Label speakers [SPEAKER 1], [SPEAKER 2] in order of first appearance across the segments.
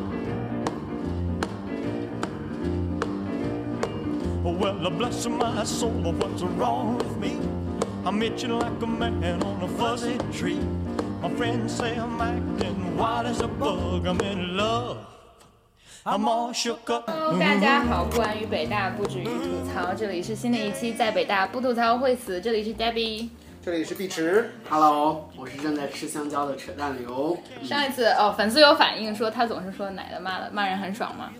[SPEAKER 1] Lord Oh, bless my soul, but what's wrong with me? I'm itching like a man on a fuzzy tree. My friends say I'm acting wild as a bug. I'm in love. I'm all shook up.
[SPEAKER 2] Hello，大家好，关于北大不止于吐槽，这里是新的一期在北大不吐槽会死，这里是 Debbie。
[SPEAKER 3] 这里是碧池，
[SPEAKER 4] Hello，我是正在吃香蕉的扯淡流。
[SPEAKER 2] 上一次哦，粉丝有反映说他总是说奶的骂的骂人很爽嘛，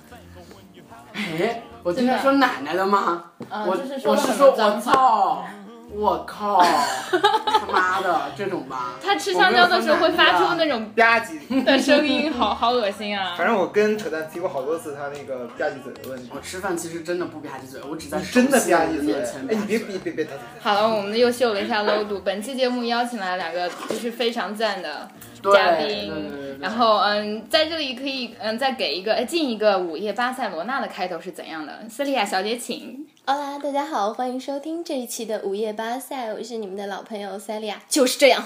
[SPEAKER 4] 哎，我经常说奶奶的吗？
[SPEAKER 2] 嗯
[SPEAKER 4] 我
[SPEAKER 2] 就是说
[SPEAKER 4] 我
[SPEAKER 2] 了
[SPEAKER 4] 是
[SPEAKER 2] 很
[SPEAKER 4] 说
[SPEAKER 2] 多
[SPEAKER 4] 我
[SPEAKER 2] 脏话
[SPEAKER 4] 操，我靠，他妈的这种 吧。
[SPEAKER 2] 他吃香蕉的时候会发出那种
[SPEAKER 3] 吧唧。
[SPEAKER 2] 的声音，好好恶心啊！
[SPEAKER 5] 反正我跟扯淡提过好多次他那个吧唧嘴的问题，
[SPEAKER 4] 我吃饭其实真的不吧唧嘴，我只在
[SPEAKER 5] 真的吧
[SPEAKER 4] 熟悉
[SPEAKER 5] 唧
[SPEAKER 4] 人
[SPEAKER 5] 嘴。
[SPEAKER 4] 面前吧
[SPEAKER 5] 哎，你别
[SPEAKER 4] 唧
[SPEAKER 5] 别
[SPEAKER 4] 嘴。
[SPEAKER 5] 别别别，
[SPEAKER 2] 好了，我们又秀了一下 low 度。本期节目邀请来两个就是非常赞的
[SPEAKER 4] 对
[SPEAKER 2] 嘉
[SPEAKER 4] 对对对
[SPEAKER 2] 宾
[SPEAKER 4] 对，
[SPEAKER 2] 然后嗯，在这里可以嗯再给一个哎进一个午夜巴塞罗那的开头是怎样的？斯利亚小姐请。
[SPEAKER 6] 哈啦，大家好，欢迎收听这一期的午夜巴塞，我是你们的老朋友塞利亚，就是这样。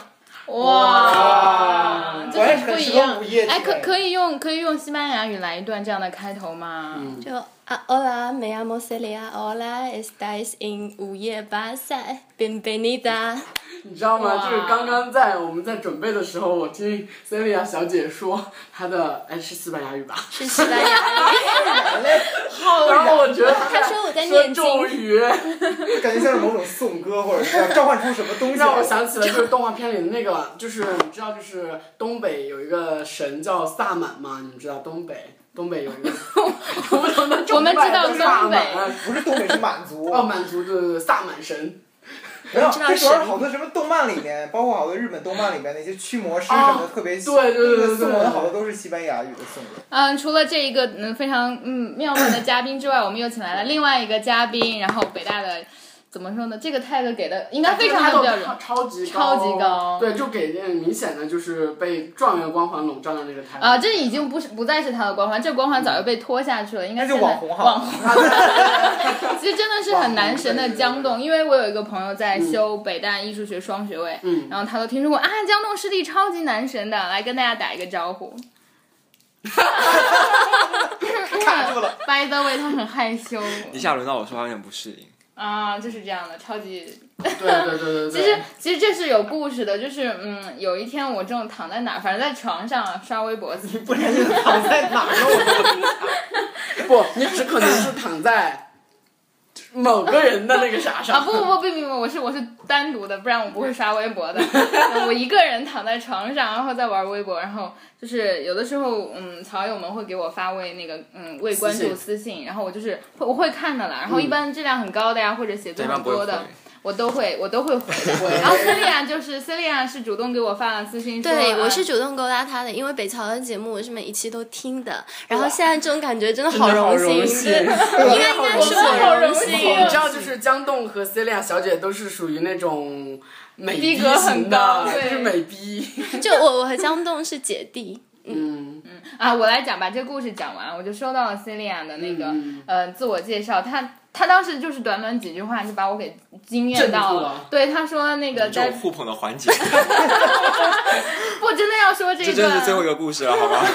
[SPEAKER 2] 哇，
[SPEAKER 5] 我
[SPEAKER 2] 这
[SPEAKER 5] 也
[SPEAKER 2] 是
[SPEAKER 5] 很
[SPEAKER 2] 不一
[SPEAKER 5] 希望
[SPEAKER 2] 样
[SPEAKER 5] 午夜。
[SPEAKER 2] 哎，可
[SPEAKER 5] 节
[SPEAKER 2] 可以用可以用西班牙语来一段这样的开头吗？
[SPEAKER 6] 就啊，Hola, me llamo Celia, hola, estáis en 午夜巴塞，bienvenida。
[SPEAKER 4] 你知道吗？
[SPEAKER 2] 哇
[SPEAKER 4] 就是刚刚在我们在准备的时候，我听 Celia 小姐说她的，哎，是西班牙语吧？
[SPEAKER 6] 是西班牙语，
[SPEAKER 4] 然后我觉得她
[SPEAKER 6] 她说我在
[SPEAKER 4] 说
[SPEAKER 6] 念经
[SPEAKER 4] 咒语，
[SPEAKER 5] 感觉像是某种颂歌，或者是要召唤出什么东西来。
[SPEAKER 4] 让我想起了就是动画片里的那个，就是你知道，就是东北有一个神叫萨满吗？你们知道东北，东北有一个不同的
[SPEAKER 2] 我们知道东北
[SPEAKER 4] 萨满，
[SPEAKER 5] 不是东北是满族，
[SPEAKER 4] 哦，满族对对对，萨满神。
[SPEAKER 5] 没有，
[SPEAKER 6] 知道
[SPEAKER 5] 这主要是
[SPEAKER 6] 神
[SPEAKER 5] 好多什么动漫里面，包括好多日本动漫里面那些驱魔师什么的，
[SPEAKER 4] 哦
[SPEAKER 5] 特别
[SPEAKER 4] 对对对对对
[SPEAKER 5] 颂文好多都是西班牙语的颂文。
[SPEAKER 2] 嗯，除了这一个嗯非常嗯妙妙的嘉宾之外，我们又请来了另外一个嘉宾，然后北大的怎么说呢？这个 tag 给的应该非常的标准
[SPEAKER 4] 超。超级
[SPEAKER 2] 超级高
[SPEAKER 4] 对，就给人明显的就是被状元光环笼罩的那个态度
[SPEAKER 2] 啊，这已经不是不再是他的光环，这光环早就被拖下去了，应该
[SPEAKER 5] 那就
[SPEAKER 2] 现在
[SPEAKER 5] 网红好了
[SPEAKER 2] 网红， 其实真的是很男神的江
[SPEAKER 4] 网
[SPEAKER 2] 栋，因为我有一个朋友在修北大艺术学双学位，
[SPEAKER 4] 嗯
[SPEAKER 2] 然后他都听说过啊，江栋师弟超级男神的，来跟大家打一个招呼。
[SPEAKER 5] 卡住了，
[SPEAKER 2] By the way，他很害羞
[SPEAKER 7] 一下轮到我说，有点不适应。
[SPEAKER 2] 啊，就是这样的，超级
[SPEAKER 4] 对对对 对对。
[SPEAKER 2] 其实其实这是有故事的，就是嗯，有一天我正躺在哪儿，反正在床上啊刷微博，
[SPEAKER 5] 不然就躺在哪儿了？
[SPEAKER 4] 不，你只可能是躺在某个人的那个啥
[SPEAKER 2] 啊
[SPEAKER 4] 上。
[SPEAKER 2] 不不不不不不，我是我是单独的，不然我不会刷微博 的。嗯我一个人躺在床上，然后在玩微博，然后就是有的时候，嗯，草友们会给我发位那个嗯未关注
[SPEAKER 4] 信
[SPEAKER 2] 私信，然后我就是会我会看的啦，然后一般质量很高的呀，或者写字
[SPEAKER 7] 嗯一般
[SPEAKER 2] 很
[SPEAKER 7] 不会
[SPEAKER 2] 多的
[SPEAKER 7] 回。
[SPEAKER 2] 我都会，我都会回的。然后 Celia 就是 Celia 是主动给我发了私信说，
[SPEAKER 6] 对，我
[SPEAKER 2] 啊
[SPEAKER 6] 是主动勾搭他的，因为北朝的节目我是每一期都听的，然后现在这种感觉真的好荣幸， 对，应该应该说
[SPEAKER 2] 好
[SPEAKER 6] 很
[SPEAKER 2] 荣
[SPEAKER 6] 荣
[SPEAKER 2] 幸
[SPEAKER 4] 你知道，就是江栋和 Celia 小姐都是属于那种美
[SPEAKER 2] 逼格很
[SPEAKER 4] 型
[SPEAKER 2] 高
[SPEAKER 4] 的，
[SPEAKER 2] 对
[SPEAKER 4] 就是美逼。
[SPEAKER 6] 就我我和江栋是姐弟，
[SPEAKER 4] 嗯，
[SPEAKER 2] 啊，我来讲把这个故事讲完，我就收到了 Celia 的那个、
[SPEAKER 4] 嗯
[SPEAKER 2] 呃自我介绍，她她当时就是短短几句话就把我给惊艳到
[SPEAKER 4] 镇
[SPEAKER 2] 了。
[SPEAKER 4] 住了
[SPEAKER 2] 对，她说那个
[SPEAKER 7] 这
[SPEAKER 2] 在
[SPEAKER 7] 种互捧的环节，
[SPEAKER 2] 不真的要说这
[SPEAKER 7] 这真的是最后
[SPEAKER 2] 个，
[SPEAKER 7] 一个故事了，好吧？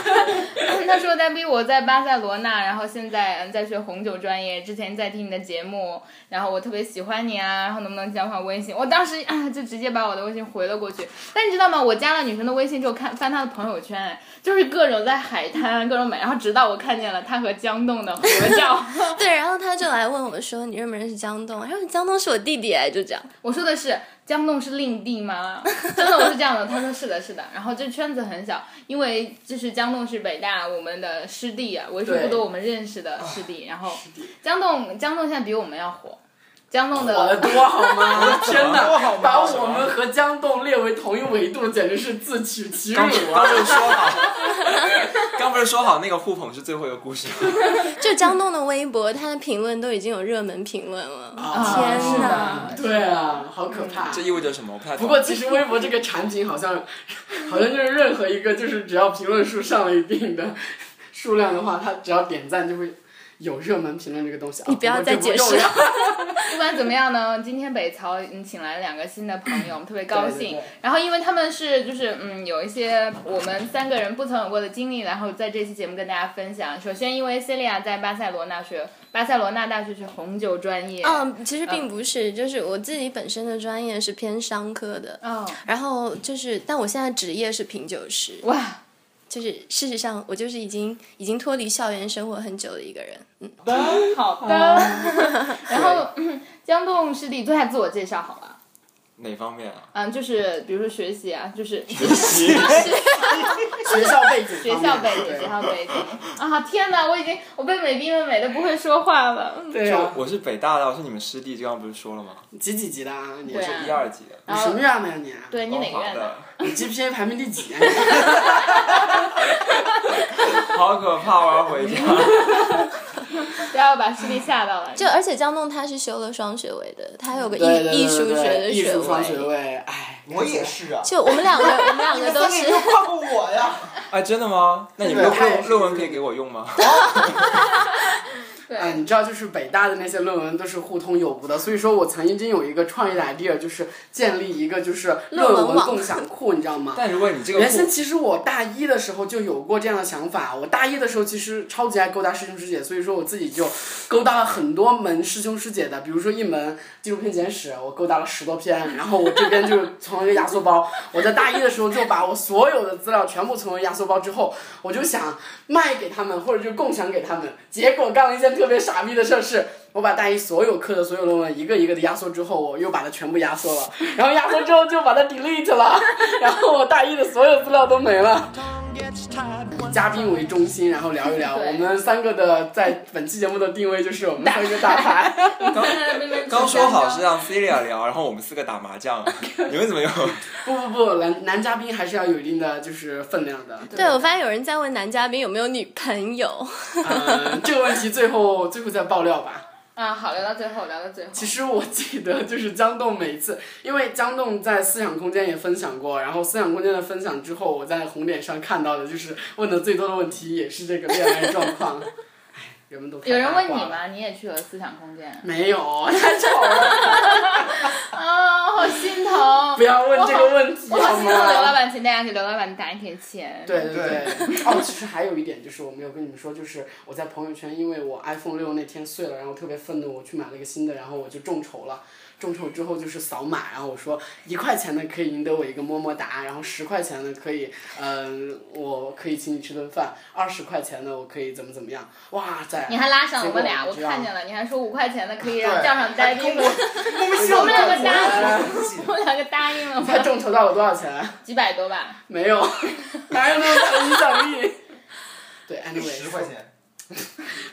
[SPEAKER 2] 她说在逼我在巴塞罗那，然后现在嗯在学红酒专业，之前在听你的节目，然后我特别喜欢你啊，然后能不能交换微信？我当时啊就直接把我的微信回了过去，但你知道吗？我加了女生的微信之后看翻她的朋友圈，就是各种在海滩各种美，然后直到我看见了她和江栋的合照。
[SPEAKER 6] 对，然后他就来问我说：“你认不认识江栋？”然后江栋是我弟弟哎，就这样。
[SPEAKER 2] 我说的是江栋是令弟吗？ 真的我是这样的，他说是的，是的。然后这圈子很小，因为就是江栋是北大我们的师弟啊，为数不
[SPEAKER 4] 对
[SPEAKER 2] 多我们认识的师弟。然后江栋，江栋现在比我们要火，江栋
[SPEAKER 4] 好的
[SPEAKER 2] 的。
[SPEAKER 4] 多好吗？真
[SPEAKER 5] 多好
[SPEAKER 4] 的，
[SPEAKER 5] 吗
[SPEAKER 4] 把我们和江栋列为同一维度，简直是自取其辱
[SPEAKER 7] 刚不
[SPEAKER 4] 啊！
[SPEAKER 7] 是说好，刚不是说好那个互捧是最后一个故事吗？
[SPEAKER 6] 就江栋的微博，他的评论都已经有热门评论了。
[SPEAKER 4] 啊
[SPEAKER 6] 天哪！
[SPEAKER 2] 啊是的
[SPEAKER 4] 对啊，好可怕。
[SPEAKER 7] 这意味着什么？我不太懂。
[SPEAKER 4] 不过其实微博这个产品好像，好像就是任何一个就是只要评论数上了一定的数量的话，它只要点赞就会有热门评论这个东西啊。
[SPEAKER 6] 你不要再解释
[SPEAKER 4] 我就不用了。
[SPEAKER 2] 不管怎么样呢，今天北曹嗯请来了两个新的朋友，我们特别高兴。
[SPEAKER 5] 对对对
[SPEAKER 2] 然后因为他们是就是嗯有一些我们三个人不曾有过的经历，然后在这期节目跟大家分享。首先因为 Celia 在巴塞罗那学，巴塞罗那大学是红酒专业。
[SPEAKER 6] 嗯，其实并不是，就是我自己本身的专业是偏商科的，
[SPEAKER 2] 嗯
[SPEAKER 6] 然后就是，但我现在职业是品酒师，
[SPEAKER 2] 哇，
[SPEAKER 6] 就是事实上我就是已经已经脱离校园生活很久的一个人，嗯，
[SPEAKER 2] 好的。
[SPEAKER 4] 哦
[SPEAKER 2] 然后、嗯江栋师弟做下自我介绍好了。
[SPEAKER 7] 哪方面啊？
[SPEAKER 2] 嗯，就是比如说学习啊，就是
[SPEAKER 4] 学校背 景，
[SPEAKER 2] 学校背景，学校背景啊！天哪，我已经我被美逼们美的不会说话了。嗯
[SPEAKER 4] 对啊，
[SPEAKER 7] 我是北大的，我是你们师弟，刚刚不是说了吗？
[SPEAKER 4] 几几级的啊？你
[SPEAKER 2] 对啊
[SPEAKER 7] 一二级的，
[SPEAKER 4] 你什么院的呀你？
[SPEAKER 2] 对你哪个
[SPEAKER 7] 高考
[SPEAKER 2] 院的
[SPEAKER 7] 的？，
[SPEAKER 4] 你 GPA 排名第几啊？
[SPEAKER 7] 好可怕，我要回家。
[SPEAKER 2] 不要把师弟吓到了。
[SPEAKER 6] 就而且江栋他是修了双学位的，他有个艺
[SPEAKER 4] 对对对对
[SPEAKER 6] 艺术学的
[SPEAKER 4] 对艺术双学
[SPEAKER 6] 位。
[SPEAKER 4] 位，哎，
[SPEAKER 5] 我也是啊，
[SPEAKER 6] 就我们两个，我 们两个
[SPEAKER 5] 三
[SPEAKER 6] 都
[SPEAKER 5] 个
[SPEAKER 6] 是
[SPEAKER 5] 人就跨过我呀。
[SPEAKER 7] 哎，真的吗？那你们
[SPEAKER 4] 真的
[SPEAKER 7] 论论文可以给我用吗？
[SPEAKER 4] 哎，你知道，就是北大的那些论文都是互通有无的，所以说我曾经有一个创业的 idea，就是建立一个就是论
[SPEAKER 6] 论文
[SPEAKER 4] 文
[SPEAKER 6] 网
[SPEAKER 4] 共享库，你知道吗？
[SPEAKER 7] 但如果你这个
[SPEAKER 4] 原先
[SPEAKER 7] 不，
[SPEAKER 4] 其实我大一的时候就有过这样的想法，我大一的时候其实超级爱勾搭师兄师姐，所以说我自己就勾搭了很多门师兄师姐的，比如说一门纪录片简史，我勾搭了十多篇，然后我这边就是存了一个压缩包，我在大一的时候就把我所有的资料全部存为压缩包之后，我就想卖给他们或者就共享给他们，结果干了一件特别傻逼的事儿是。我把大一所有课的所有论文一个一个的压缩之后，我又把它全部压缩了，然后压缩之后就把它 delete 了， 然后我大一的所有资料都没了。
[SPEAKER 1] Tongue gets tied when
[SPEAKER 4] 嘉宾为中心，然后聊一聊
[SPEAKER 2] 对
[SPEAKER 4] 我们三个的在本期节目的定位就是我们三个大牌。
[SPEAKER 7] 刚说好是让 Celia 聊，然后我们四个打麻将，啊你们怎 么又？
[SPEAKER 4] 不不不，男男嘉宾还是要有一定的就是分量的。
[SPEAKER 6] 对，我发现有人在问男嘉宾有没有女朋友，
[SPEAKER 4] 嗯，这个问题最后最后再爆料吧。
[SPEAKER 2] 啊，好，聊到最后，聊到最后。
[SPEAKER 4] 其实我记得，就是江栋每次，因为江栋在思想空间也分享过，然后思想空间的分享之后，我在红点上看到的，就是问的最多的问题也是这个恋爱状 况。唉人们都太
[SPEAKER 2] 有人问
[SPEAKER 4] 八
[SPEAKER 2] 你
[SPEAKER 4] 卦了？
[SPEAKER 2] 吗？你也去了思想空间？
[SPEAKER 4] 没有， 太丑了，
[SPEAKER 2] 啊，好心疼
[SPEAKER 4] 不！要问这个问题
[SPEAKER 2] 我好
[SPEAKER 4] 好
[SPEAKER 2] 心疼刘老
[SPEAKER 4] 吗？
[SPEAKER 2] 板，请大家给刘老板打一点钱。
[SPEAKER 4] 对对对，哦，其实还有一点就是我没有跟你们说，就是我在朋友圈，因为我 iPhone 六那天碎了，然后特别愤怒，我去买了一个新的，然后我就众筹了。众筹之后就是扫码，然后我说一块钱的可以赢得我一个么么哒，然后十块钱的可以，嗯、我可以请你吃顿饭，二十块钱的我可以怎么怎么样，哇塞！
[SPEAKER 2] 你还拉上我们俩，
[SPEAKER 4] 结
[SPEAKER 2] 我
[SPEAKER 4] 果知道
[SPEAKER 2] 看见了，你还说五块钱的可以让
[SPEAKER 5] 对
[SPEAKER 2] 啊叫上嘉宾，
[SPEAKER 5] 莫名其妙地
[SPEAKER 2] 我们两个
[SPEAKER 5] 跟我
[SPEAKER 2] 搭
[SPEAKER 5] 在一起
[SPEAKER 2] 我们两个答应了吗？
[SPEAKER 4] 他众筹到了多少钱？啊
[SPEAKER 2] 几百多吧。
[SPEAKER 4] 没有，哪有那么大的影响力？ 对，anyway，
[SPEAKER 5] 十块钱，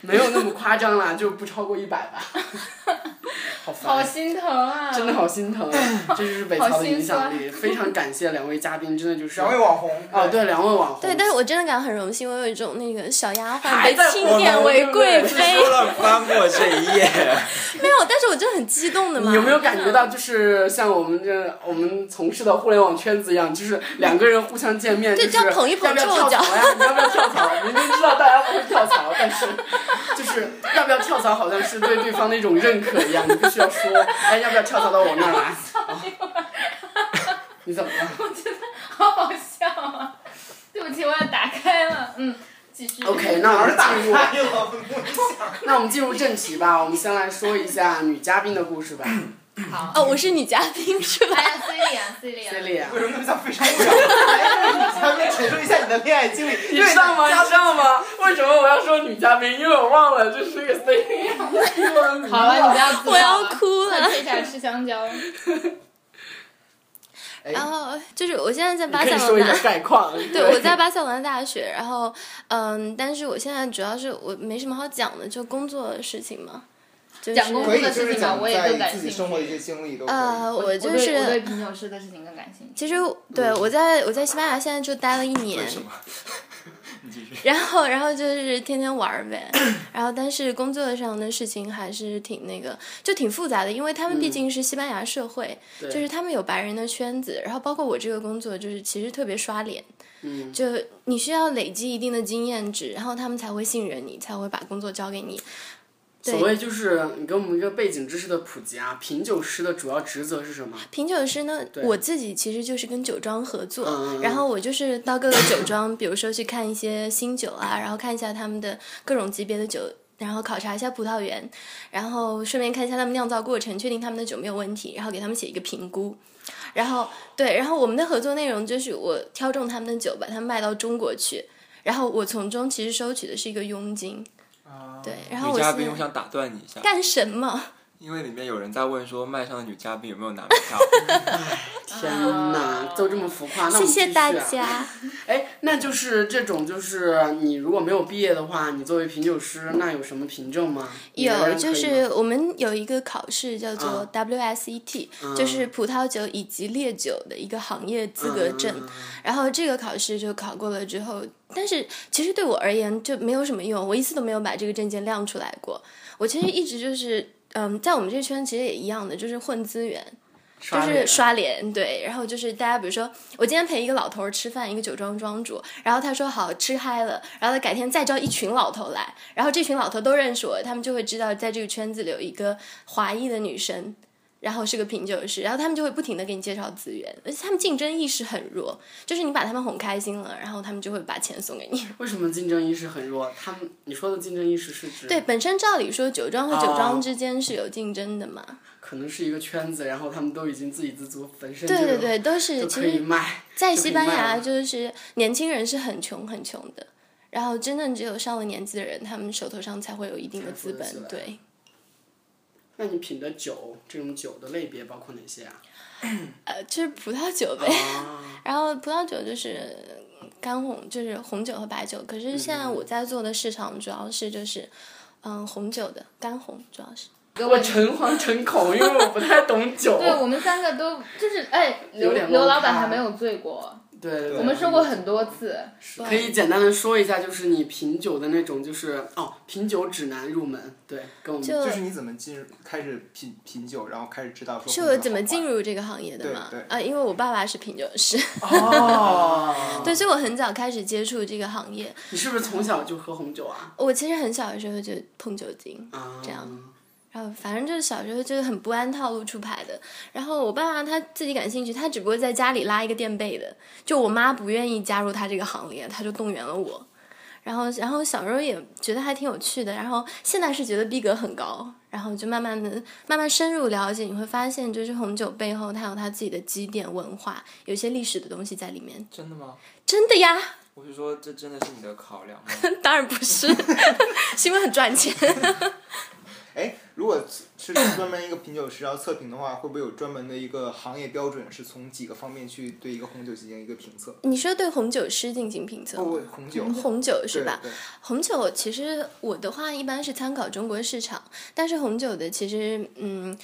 [SPEAKER 4] 没有那么夸张啦，就不超过 一百吧。好
[SPEAKER 2] 好
[SPEAKER 4] 烦，
[SPEAKER 2] 心疼啊！
[SPEAKER 4] 真的好心疼，
[SPEAKER 6] 嗯
[SPEAKER 4] 这就是北
[SPEAKER 2] 好
[SPEAKER 4] 朝的
[SPEAKER 2] 心
[SPEAKER 4] 影响
[SPEAKER 2] 酸
[SPEAKER 4] 力。非常感谢两位嘉宾，真的就是
[SPEAKER 5] 两位网红
[SPEAKER 6] 哦
[SPEAKER 4] 啊，对两位网红，
[SPEAKER 6] 对，但是我真的感到很荣幸，我有一种那个小丫鬟
[SPEAKER 4] 还
[SPEAKER 6] 被
[SPEAKER 4] 在
[SPEAKER 6] 钦点为贵妃，
[SPEAKER 7] 说了翻过这一页，
[SPEAKER 6] 没有，但是我真的很激动的嘛。
[SPEAKER 4] 你有没有感觉到，就是像我们这我们从事的互联网圈子一样，就是两个人互相见面，就
[SPEAKER 6] 对
[SPEAKER 4] 是
[SPEAKER 6] 这样捧一捧
[SPEAKER 4] 要不要跳槽呀？你要不要跳槽？明明知道大家不会跳槽，但是就是要不要跳槽，好像是对对方的一种认可一样，你必须要说，哎，要不要跳槽到我那儿来？啊 你怎么了？
[SPEAKER 2] 好好笑啊！ 对不起，我要打开了。嗯，继续。
[SPEAKER 4] OK，那
[SPEAKER 5] 哪
[SPEAKER 4] 我们
[SPEAKER 5] 儿打
[SPEAKER 4] 进入，
[SPEAKER 5] 开了？我跟你讲
[SPEAKER 4] 那我们进入正题吧。我们先来说一下女嘉宾的故事吧。
[SPEAKER 2] 好。
[SPEAKER 6] 哦，我是女嘉宾是吧？
[SPEAKER 2] 哎呀，Celia，Celia。
[SPEAKER 4] Celia，
[SPEAKER 5] 为什么那么像非常不讲？咱们陈述一下你的恋爱 经历。
[SPEAKER 4] 你知道吗？你知道吗？为什么我要说女嘉宾？因为我忘了，就是那个 Celia。
[SPEAKER 2] 好了，你不要自爆了哎
[SPEAKER 6] 我要哭了
[SPEAKER 2] 快退下来吃香蕉。
[SPEAKER 6] 然后就是我现在在巴
[SPEAKER 4] 可
[SPEAKER 6] 塞
[SPEAKER 4] 以
[SPEAKER 6] 罗
[SPEAKER 4] 说一
[SPEAKER 6] 那
[SPEAKER 4] 下。概况。
[SPEAKER 6] 对，我在巴塞罗那大学，然后嗯，但是我现在主要是我没什么好讲的，就工作的事情嘛，就是
[SPEAKER 2] 讲工作
[SPEAKER 5] 哎可以，就是讲
[SPEAKER 2] 我也更
[SPEAKER 5] 在
[SPEAKER 2] 感
[SPEAKER 5] 自
[SPEAKER 2] 兴
[SPEAKER 5] 己
[SPEAKER 2] 趣
[SPEAKER 5] 生活的一些经历都可以。
[SPEAKER 6] 呃，我
[SPEAKER 2] 对
[SPEAKER 6] 就
[SPEAKER 2] 我对
[SPEAKER 6] 是
[SPEAKER 2] 品酒师的事情更感兴趣。
[SPEAKER 6] 其实对我在我在西班牙现在就待了一年
[SPEAKER 7] 为，什么？你继续。
[SPEAKER 6] 然后，然后就是天天玩儿呗。然后，但是工作上的事情还是挺那个，就挺复杂的，因为他们毕竟是西班牙社会，
[SPEAKER 4] 对
[SPEAKER 6] 就是他们有白人的圈子，然后包括我这个工作，就是其实特别刷脸，
[SPEAKER 4] 嗯
[SPEAKER 6] 就你需要累积一定的经验值，然后他们才会信任你，才会把工作交给你。
[SPEAKER 4] 所谓就是你给我们一个背景知识的普及啊，品酒师的主要职责是什么？
[SPEAKER 6] 品酒师呢，我自己其实就是跟酒庄合作，
[SPEAKER 4] 嗯
[SPEAKER 6] 然后我就是到各个酒庄，比如说去看一些新酒啊，然后看一下他们的各种级别的酒，然后考察一下葡萄园，然后顺便看一下他们酿造过程，确定他们的酒没有问题，然后给他们写一个评估。然后对，然后我们的合作内容就是我挑中他们的酒，把它卖到中国去，然后我从中其实收取的是一个佣金。
[SPEAKER 5] 啊
[SPEAKER 6] 对，然后
[SPEAKER 7] 女
[SPEAKER 6] 我
[SPEAKER 7] 嘉宾，我
[SPEAKER 6] 现在
[SPEAKER 7] 想打断你一下，
[SPEAKER 6] 干什么？
[SPEAKER 7] 因为里面有人在问说麦上的女嘉宾有没有拿票，
[SPEAKER 4] 天哪，都这么浮夸，那我
[SPEAKER 6] 谢
[SPEAKER 4] 们继
[SPEAKER 6] 谢
[SPEAKER 4] 续
[SPEAKER 6] 大
[SPEAKER 4] 啊
[SPEAKER 6] 家。
[SPEAKER 4] 哎，那就是这种，就是你如果没有毕业的话，你作为品酒师，那有什么凭证吗？你仍
[SPEAKER 6] 有，
[SPEAKER 4] 然
[SPEAKER 6] 就
[SPEAKER 4] 可以
[SPEAKER 6] 是
[SPEAKER 4] 吗嗯
[SPEAKER 6] 我们有一个考试叫做 WSET，、就是葡萄酒以及烈酒的一个行业资
[SPEAKER 4] 嗯
[SPEAKER 6] 格证。然后这个考试就考过了之后，但是其实对我而言就没有什么用，我一次都没有把这个证件亮出来过。我其实一直就是，嗯，在我们这圈其实也一样的，就是混资源。就
[SPEAKER 4] 刷
[SPEAKER 6] 是
[SPEAKER 4] 脸
[SPEAKER 6] 刷脸，对，然后就是大家，比如说我今天陪一个老头儿吃饭，一个酒庄庄主，然后他说好吃嗨了，然后他改天再招一群老头来，然后这群老头都认识我，他们就会知道在这个圈子里有一个华裔的女生，然后是个品酒师，然后他们就会不停的给你介绍资源，而且他们竞争意识很弱，就是你把他们哄开心了，然后他们就会把钱送给你。
[SPEAKER 4] 为什么竞争意识很弱？他们你说的竞争意识是指
[SPEAKER 6] 对，本身照理说酒庄和酒庄
[SPEAKER 4] 哦
[SPEAKER 6] 之间是有竞争的嘛，
[SPEAKER 4] 可能是一个圈子，然后他们都已经自给自足，本身
[SPEAKER 6] 对
[SPEAKER 4] 就
[SPEAKER 6] 对
[SPEAKER 4] 有
[SPEAKER 6] 对，都是
[SPEAKER 4] 就
[SPEAKER 6] 其
[SPEAKER 4] 可
[SPEAKER 6] 实
[SPEAKER 4] 以卖。
[SPEAKER 6] 在
[SPEAKER 4] 就可
[SPEAKER 6] 西
[SPEAKER 4] 以
[SPEAKER 6] 班
[SPEAKER 4] 卖
[SPEAKER 6] 牙，
[SPEAKER 4] 了
[SPEAKER 6] 就是年轻人是很穷很穷的，然后真正只有上了年纪的人，他们手头上才会有一定的资
[SPEAKER 4] 才富
[SPEAKER 6] 本。
[SPEAKER 4] 得起来
[SPEAKER 6] 对，
[SPEAKER 4] 那你品的酒，这种酒的类别包括哪些啊？
[SPEAKER 6] 呃，就是葡萄酒呗。 然后葡萄酒就是干红，就是红酒和白酒。可是现在我在做的市场主要是就是，嗯，红酒的干红主要是。
[SPEAKER 4] 我诚惶诚恐，因为我不太 懂酒。
[SPEAKER 2] 对我们三个都就是哎，刘
[SPEAKER 4] 有点
[SPEAKER 2] 刘老
[SPEAKER 4] 懵
[SPEAKER 2] 板
[SPEAKER 4] 他
[SPEAKER 2] 还没有醉过，
[SPEAKER 4] 对对对，
[SPEAKER 2] 我们说过很多次。
[SPEAKER 4] 可以简单的说一下，就是你品酒的那种，就是哦，品酒指南入门，对，跟我们
[SPEAKER 6] 就
[SPEAKER 5] 嗯就是你怎么进入开始品品酒，然后开始知道说
[SPEAKER 6] 是
[SPEAKER 5] 红酒
[SPEAKER 6] 我怎么
[SPEAKER 5] 好坏
[SPEAKER 6] 进入这个行业的
[SPEAKER 5] 对
[SPEAKER 6] 嘛
[SPEAKER 5] 对？
[SPEAKER 6] 啊，因为我爸爸是品酒师，
[SPEAKER 4] 哦，
[SPEAKER 6] 对，所以我很早开始接触这个行业。
[SPEAKER 4] 你是不是从小就喝红酒啊？
[SPEAKER 6] 我其实很小的时候就碰酒精，
[SPEAKER 4] 啊，
[SPEAKER 6] 这样然后反正就是小时候就是很不按套路出牌的。然后我爸爸他自己感兴趣，他只不过在家里拉一个垫背的，就我妈不愿意加入他这个行列，他就动员了我。然后，然后小时候也觉得还挺有趣的，然后现在是觉得逼格很高，然后就慢慢的、慢慢深入了解，你会发现，就是红酒背后它有它自己的积淀文化，有一些历史的东西在里面。
[SPEAKER 7] 真的吗？
[SPEAKER 6] 真的呀，
[SPEAKER 7] 我是说，这真的是你的考量吗？
[SPEAKER 6] 当然不是，是因为很赚钱。
[SPEAKER 5] 哎，如果是专门一个品酒师要测评的话，会不会有专门的一个行业标准，是从几个方面去对一个红酒进行一个评测？
[SPEAKER 6] 你说对红酒师进行评测
[SPEAKER 5] 哦，
[SPEAKER 6] 吗？
[SPEAKER 5] 我红酒哎
[SPEAKER 6] 红酒是
[SPEAKER 5] 对
[SPEAKER 6] 吧？
[SPEAKER 5] 对
[SPEAKER 6] 红酒其实我的话一般是参考中国市场，但是红酒的其实嗯。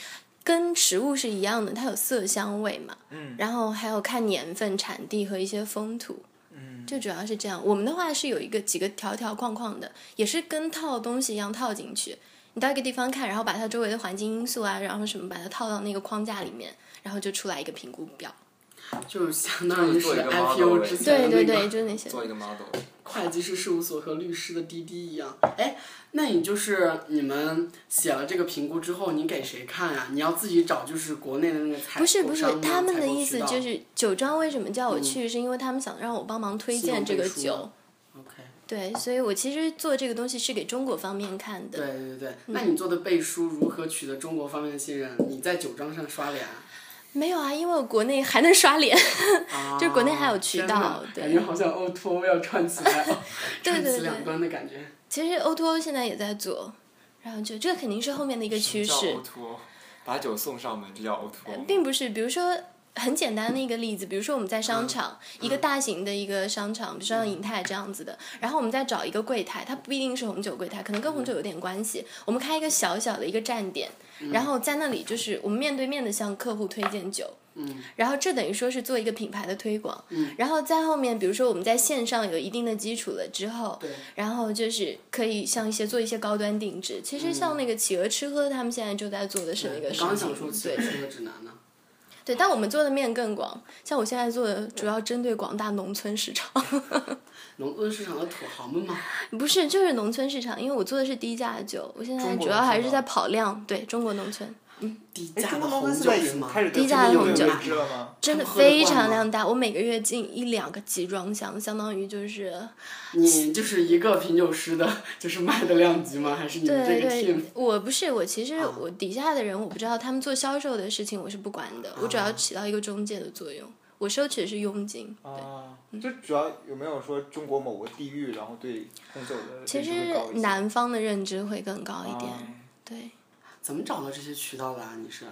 [SPEAKER 6] 跟食物是一样的，它有色香味嘛，嗯，然后还有看年份、产地和一些风土，嗯，就主要是这样。我们的话是有一个几个条条框框的，也是跟套东西一样套进去。你到一个地方看，然后把它周围的环境因素啊，然后什么把它套到那个框架里面，然后就出来一个评估表。
[SPEAKER 4] 就相当于
[SPEAKER 7] 做
[SPEAKER 4] 是
[SPEAKER 7] 一个
[SPEAKER 4] IPO
[SPEAKER 7] model
[SPEAKER 4] 之前
[SPEAKER 6] 对
[SPEAKER 4] 的那
[SPEAKER 6] 对对，
[SPEAKER 4] 个
[SPEAKER 6] 就是那些。
[SPEAKER 7] 做一个 model，
[SPEAKER 4] 会计师事务所和律师的滴滴一样。哎，那你就是你们写了这个评估之后，你给谁看啊？你要自己找，就是国内的那个采
[SPEAKER 6] 不是
[SPEAKER 4] 购
[SPEAKER 6] 不是
[SPEAKER 4] 商，吗
[SPEAKER 6] 他们
[SPEAKER 4] 采
[SPEAKER 6] 的
[SPEAKER 4] 购
[SPEAKER 6] 意
[SPEAKER 4] 渠
[SPEAKER 6] 思
[SPEAKER 4] 道
[SPEAKER 6] 就是酒庄为什么叫我去，是因为他们想让我帮忙推
[SPEAKER 4] 希望
[SPEAKER 6] 荐这
[SPEAKER 4] 背
[SPEAKER 6] 个
[SPEAKER 4] 书
[SPEAKER 6] 酒
[SPEAKER 4] 吗。OK，
[SPEAKER 6] 对，所以我其实做这个东西是给中国方面看的。
[SPEAKER 4] 对对对。那
[SPEAKER 6] 嗯
[SPEAKER 4] 你做的背书如何取得中国方面的信任？你在酒庄上刷脸啊？
[SPEAKER 6] 没有啊，因为我国内还能刷脸， 就是国内还有渠
[SPEAKER 4] 啊天哪
[SPEAKER 6] 道。对
[SPEAKER 4] 感觉，好像 O to O 要串起来哦，
[SPEAKER 6] 对
[SPEAKER 4] 串
[SPEAKER 6] 对
[SPEAKER 4] 起
[SPEAKER 6] 对
[SPEAKER 4] 两端的感觉。
[SPEAKER 6] 其实 O to O 现在也在做，然后就这肯定是呃后面的一个趋
[SPEAKER 7] 叫
[SPEAKER 6] 势
[SPEAKER 7] O，t o 把酒送上门，这叫 O 哦 t
[SPEAKER 4] 哦
[SPEAKER 7] o
[SPEAKER 6] 并不是比如说。很简单的一个例子，比如说我们在商场，
[SPEAKER 4] 嗯
[SPEAKER 6] 一个大型的一个商场，比如说像银泰这样子的，然后我们再找一个柜台，它不一定是红酒柜台，可能跟红
[SPEAKER 4] 嗯
[SPEAKER 6] 酒有点关系。我们开一个小小的一个站点，然后在那里就是我们面对面的向客户推荐酒，
[SPEAKER 4] 嗯，
[SPEAKER 6] 然后这等于说是做一个品牌的推广，嗯，然后在后面，比如说我们在线上有一定的基础了之后，
[SPEAKER 4] 对，
[SPEAKER 6] 然后就是可以像一些做一些高端定制，其实像那个企鹅吃喝，他们现在就在做的是那
[SPEAKER 4] 我
[SPEAKER 6] 个事
[SPEAKER 4] 嗯刚刚想说
[SPEAKER 6] 情，
[SPEAKER 4] 企
[SPEAKER 6] 对
[SPEAKER 4] 鹅吃喝指南呢，
[SPEAKER 6] 对，但我们做的面更广，像我现在做的主要针对广大农村市场，
[SPEAKER 4] 农村市场的土豪们嘛，
[SPEAKER 6] 不是就是农村市场，因为我做的是低价酒，我现在
[SPEAKER 5] 中国
[SPEAKER 6] 主要还
[SPEAKER 5] 农村
[SPEAKER 6] 是
[SPEAKER 5] 吧
[SPEAKER 6] 在跑量，对中国农村
[SPEAKER 4] 低
[SPEAKER 5] 哎，
[SPEAKER 4] 价
[SPEAKER 5] 中国
[SPEAKER 4] 的
[SPEAKER 5] 农
[SPEAKER 4] 红
[SPEAKER 5] 村现
[SPEAKER 4] 酒
[SPEAKER 5] 在已
[SPEAKER 4] 是
[SPEAKER 5] 经
[SPEAKER 4] 吗？
[SPEAKER 5] 开始对
[SPEAKER 6] 低价的
[SPEAKER 5] 中国
[SPEAKER 6] 红
[SPEAKER 5] 有
[SPEAKER 6] 酒
[SPEAKER 5] 认知了吗？
[SPEAKER 6] 真的
[SPEAKER 4] 他们喝得
[SPEAKER 6] 非
[SPEAKER 4] 惯
[SPEAKER 6] 常
[SPEAKER 4] 吗
[SPEAKER 6] 量大，我每个月进一两个集装箱，相当于就是
[SPEAKER 4] 你就是一个品酒师的，就是卖的量级吗？还是你们这
[SPEAKER 6] 对
[SPEAKER 4] 个
[SPEAKER 6] 对
[SPEAKER 4] team？，
[SPEAKER 6] 我不是我，其实
[SPEAKER 4] 啊
[SPEAKER 6] 我底下的人我不知道他们做销售的事情我是不管
[SPEAKER 4] 啊
[SPEAKER 6] 的，我主要起到一个中介的作用，我收取的是佣金。对，
[SPEAKER 5] 啊，就主要有没有说中国某个地域，然后对红酒的
[SPEAKER 6] 其
[SPEAKER 5] 认知会高一
[SPEAKER 6] 实
[SPEAKER 5] 些
[SPEAKER 6] 南方的认知会更高一
[SPEAKER 5] 啊
[SPEAKER 6] 点。对，
[SPEAKER 4] 怎么找到这些渠道的啊？你是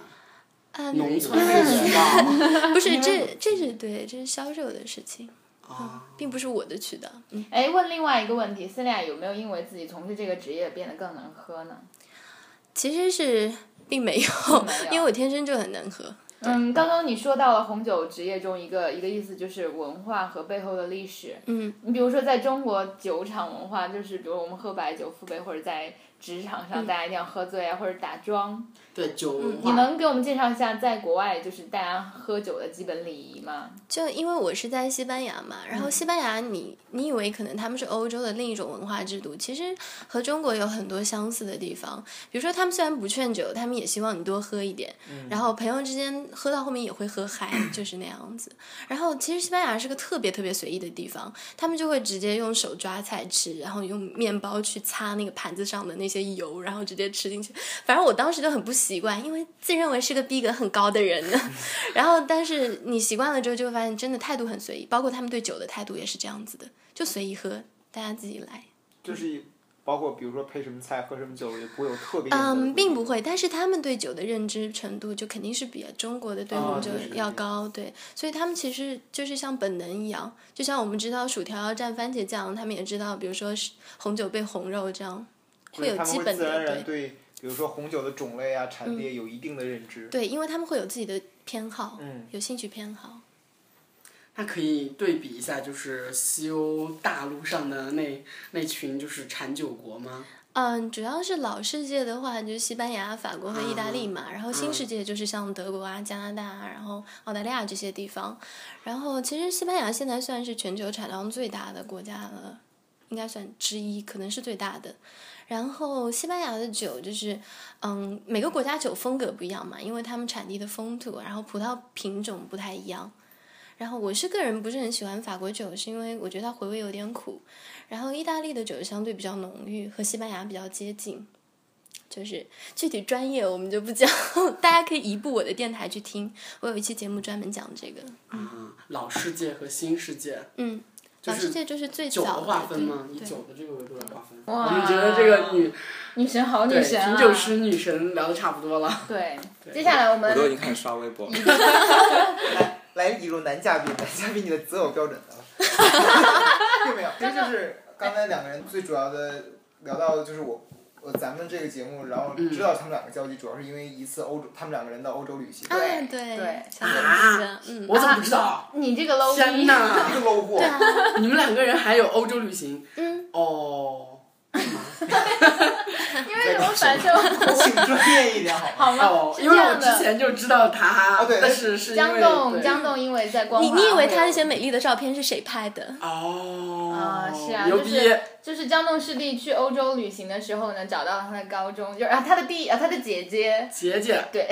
[SPEAKER 6] 啊，
[SPEAKER 4] 农村的渠道吗？
[SPEAKER 6] 不是这这是对，这是销售的事情，
[SPEAKER 4] 啊，
[SPEAKER 6] 并不是我的渠道。嗯，
[SPEAKER 2] 哎，问另外一个问题，思雅有没有因为自己从事这个职业变得更能喝呢？
[SPEAKER 6] 其实是并没有，
[SPEAKER 2] 没有
[SPEAKER 6] 因为我天生就很能喝。
[SPEAKER 2] 嗯，刚刚你说到了红酒职业中一个一个意思就是文化和背后的历史。
[SPEAKER 6] 嗯，
[SPEAKER 2] 你比如说在中国酒场文化，就是比如我们喝白酒父辈，或者在职场
[SPEAKER 6] 嗯
[SPEAKER 2] 上大家一定要喝醉啊，或者打桩。
[SPEAKER 4] 对酒文
[SPEAKER 2] 你
[SPEAKER 4] 化。
[SPEAKER 2] 能给我们介绍一下在国外就是大家喝酒的基本礼仪吗？
[SPEAKER 6] 就因为我是在西班牙嘛，然后西班牙你你以为可能他们是欧洲的另一种文化制度，其实和中国有很多相似的地方。比如说，他们虽然不劝酒，他们也希望你多喝一点，然后朋友之间喝到后面也会喝嗨，就是那样子。然后其实西班牙是个特别特别随意的地方，他们就会直接用手抓菜吃，然后用面包去擦那个盘子上的那些油，然后直接吃进去。反正我当时就很不习惯，因为自认为是个逼格很高的人呢。然后，但是你习惯了之后，就会发现真的态度很随意，包括他们对酒的态度也是这样子的，就随意喝，大家自己来。
[SPEAKER 5] 就是包括比如说配什么菜、喝什么酒，也不会有特别严格的
[SPEAKER 6] 嗯，
[SPEAKER 5] 规定
[SPEAKER 6] 并不会，但是他们对酒的认知程度就肯定是比中国的对
[SPEAKER 5] 啊
[SPEAKER 6] 红酒
[SPEAKER 5] 对对
[SPEAKER 6] 要
[SPEAKER 5] 对
[SPEAKER 6] 高，对，所以他们其实就是像本能一样，就像我们知道薯条要蘸番茄酱，他们也知道，比如说是红酒配红肉这样，
[SPEAKER 5] 就
[SPEAKER 6] 会
[SPEAKER 5] 是
[SPEAKER 6] 有
[SPEAKER 5] 他们
[SPEAKER 6] 基
[SPEAKER 5] 会
[SPEAKER 6] 本
[SPEAKER 5] 自然而
[SPEAKER 6] 的
[SPEAKER 5] 然
[SPEAKER 6] 对嗯
[SPEAKER 5] 对，比如说红酒的种类啊、产地有一定的认知。
[SPEAKER 6] 对，因为他们会有自己的偏好，
[SPEAKER 5] 嗯
[SPEAKER 6] 有兴趣偏好。
[SPEAKER 4] 那可以对比一下，就是西欧大陆上的那那群就是产酒国吗？
[SPEAKER 6] 嗯，主要是老世界的话，就是西班牙、法国和意
[SPEAKER 5] 啊
[SPEAKER 6] 大利嘛，然后新世界就是像德国啊、加拿大啊，然后澳大利亚这些地方。然后其实西班牙现在算是全球产量最大的国家了，应该算之一，可能是最大的。然后西班牙的酒就是，嗯，每个国家酒风格不一样嘛，因为他们产地的风土，然后葡萄品种不太一样。然后我是个人不是很喜欢法国酒，是因为我觉得它回味有点苦。然后意大利的酒相对比较浓郁，和西班牙比较接近。就是具体专业我们就不讲，大家可以移步我的电台去听，我有一期节目专门讲这个。
[SPEAKER 4] 啊，老世界和新世界，
[SPEAKER 6] 嗯，
[SPEAKER 4] 就
[SPEAKER 6] 老世
[SPEAKER 4] 是
[SPEAKER 6] 界就是最
[SPEAKER 4] 酒的
[SPEAKER 6] 早
[SPEAKER 4] 划分
[SPEAKER 6] 对
[SPEAKER 4] 吗？以
[SPEAKER 6] 对
[SPEAKER 4] 酒的这个维度来划分。
[SPEAKER 2] 哇
[SPEAKER 4] 我们觉得这个女
[SPEAKER 2] 女神好女
[SPEAKER 4] 对
[SPEAKER 2] 神啊！
[SPEAKER 4] 品酒师女神聊的差不多了。
[SPEAKER 2] 对，接下来我
[SPEAKER 7] 我都已
[SPEAKER 2] 们
[SPEAKER 7] 经开始刷微博了。
[SPEAKER 5] 来来，引入男嘉宾，男嘉宾你的择偶标准呢？ 并没有，这就是刚才两个人最主要的聊到，就是我我咱们这个节目，然后
[SPEAKER 6] 嗯
[SPEAKER 5] 知道他们两个交集，主要是因为一次欧洲他们两个人的欧洲旅行。
[SPEAKER 6] 啊，
[SPEAKER 2] 对
[SPEAKER 6] 对，想怎么是啊嗯，啊
[SPEAKER 4] 我怎么不知道？
[SPEAKER 2] 你这个 low
[SPEAKER 4] 天
[SPEAKER 2] 逼，
[SPEAKER 5] 一
[SPEAKER 4] 哪！
[SPEAKER 5] 个 low 货，
[SPEAKER 2] 啊
[SPEAKER 4] 你们两个人还有欧洲旅行？
[SPEAKER 6] 嗯。
[SPEAKER 4] 哦。
[SPEAKER 2] 因为什么反正
[SPEAKER 5] 请专业一点好吗？
[SPEAKER 2] 好吗
[SPEAKER 4] 哦？，
[SPEAKER 2] 是
[SPEAKER 4] 因为
[SPEAKER 2] 这
[SPEAKER 4] 我
[SPEAKER 2] 样
[SPEAKER 4] 之
[SPEAKER 2] 的。
[SPEAKER 4] 前就知道他，
[SPEAKER 5] 哦对
[SPEAKER 4] 但是是因
[SPEAKER 2] 江
[SPEAKER 4] 为
[SPEAKER 2] 栋，
[SPEAKER 4] 对
[SPEAKER 2] 江栋因为在光
[SPEAKER 6] 你
[SPEAKER 2] 华
[SPEAKER 6] 你以
[SPEAKER 2] 会
[SPEAKER 6] 为他那
[SPEAKER 2] 有
[SPEAKER 6] 些美丽的照片是谁拍的？
[SPEAKER 4] 哦
[SPEAKER 2] 啊是啊
[SPEAKER 4] 牛
[SPEAKER 2] 就
[SPEAKER 4] 逼！
[SPEAKER 2] 是就是江栋师弟去欧洲旅行的时候呢，找到了他的高中， 就是啊他的弟啊他的姐姐，
[SPEAKER 4] 姐姐，
[SPEAKER 2] 对，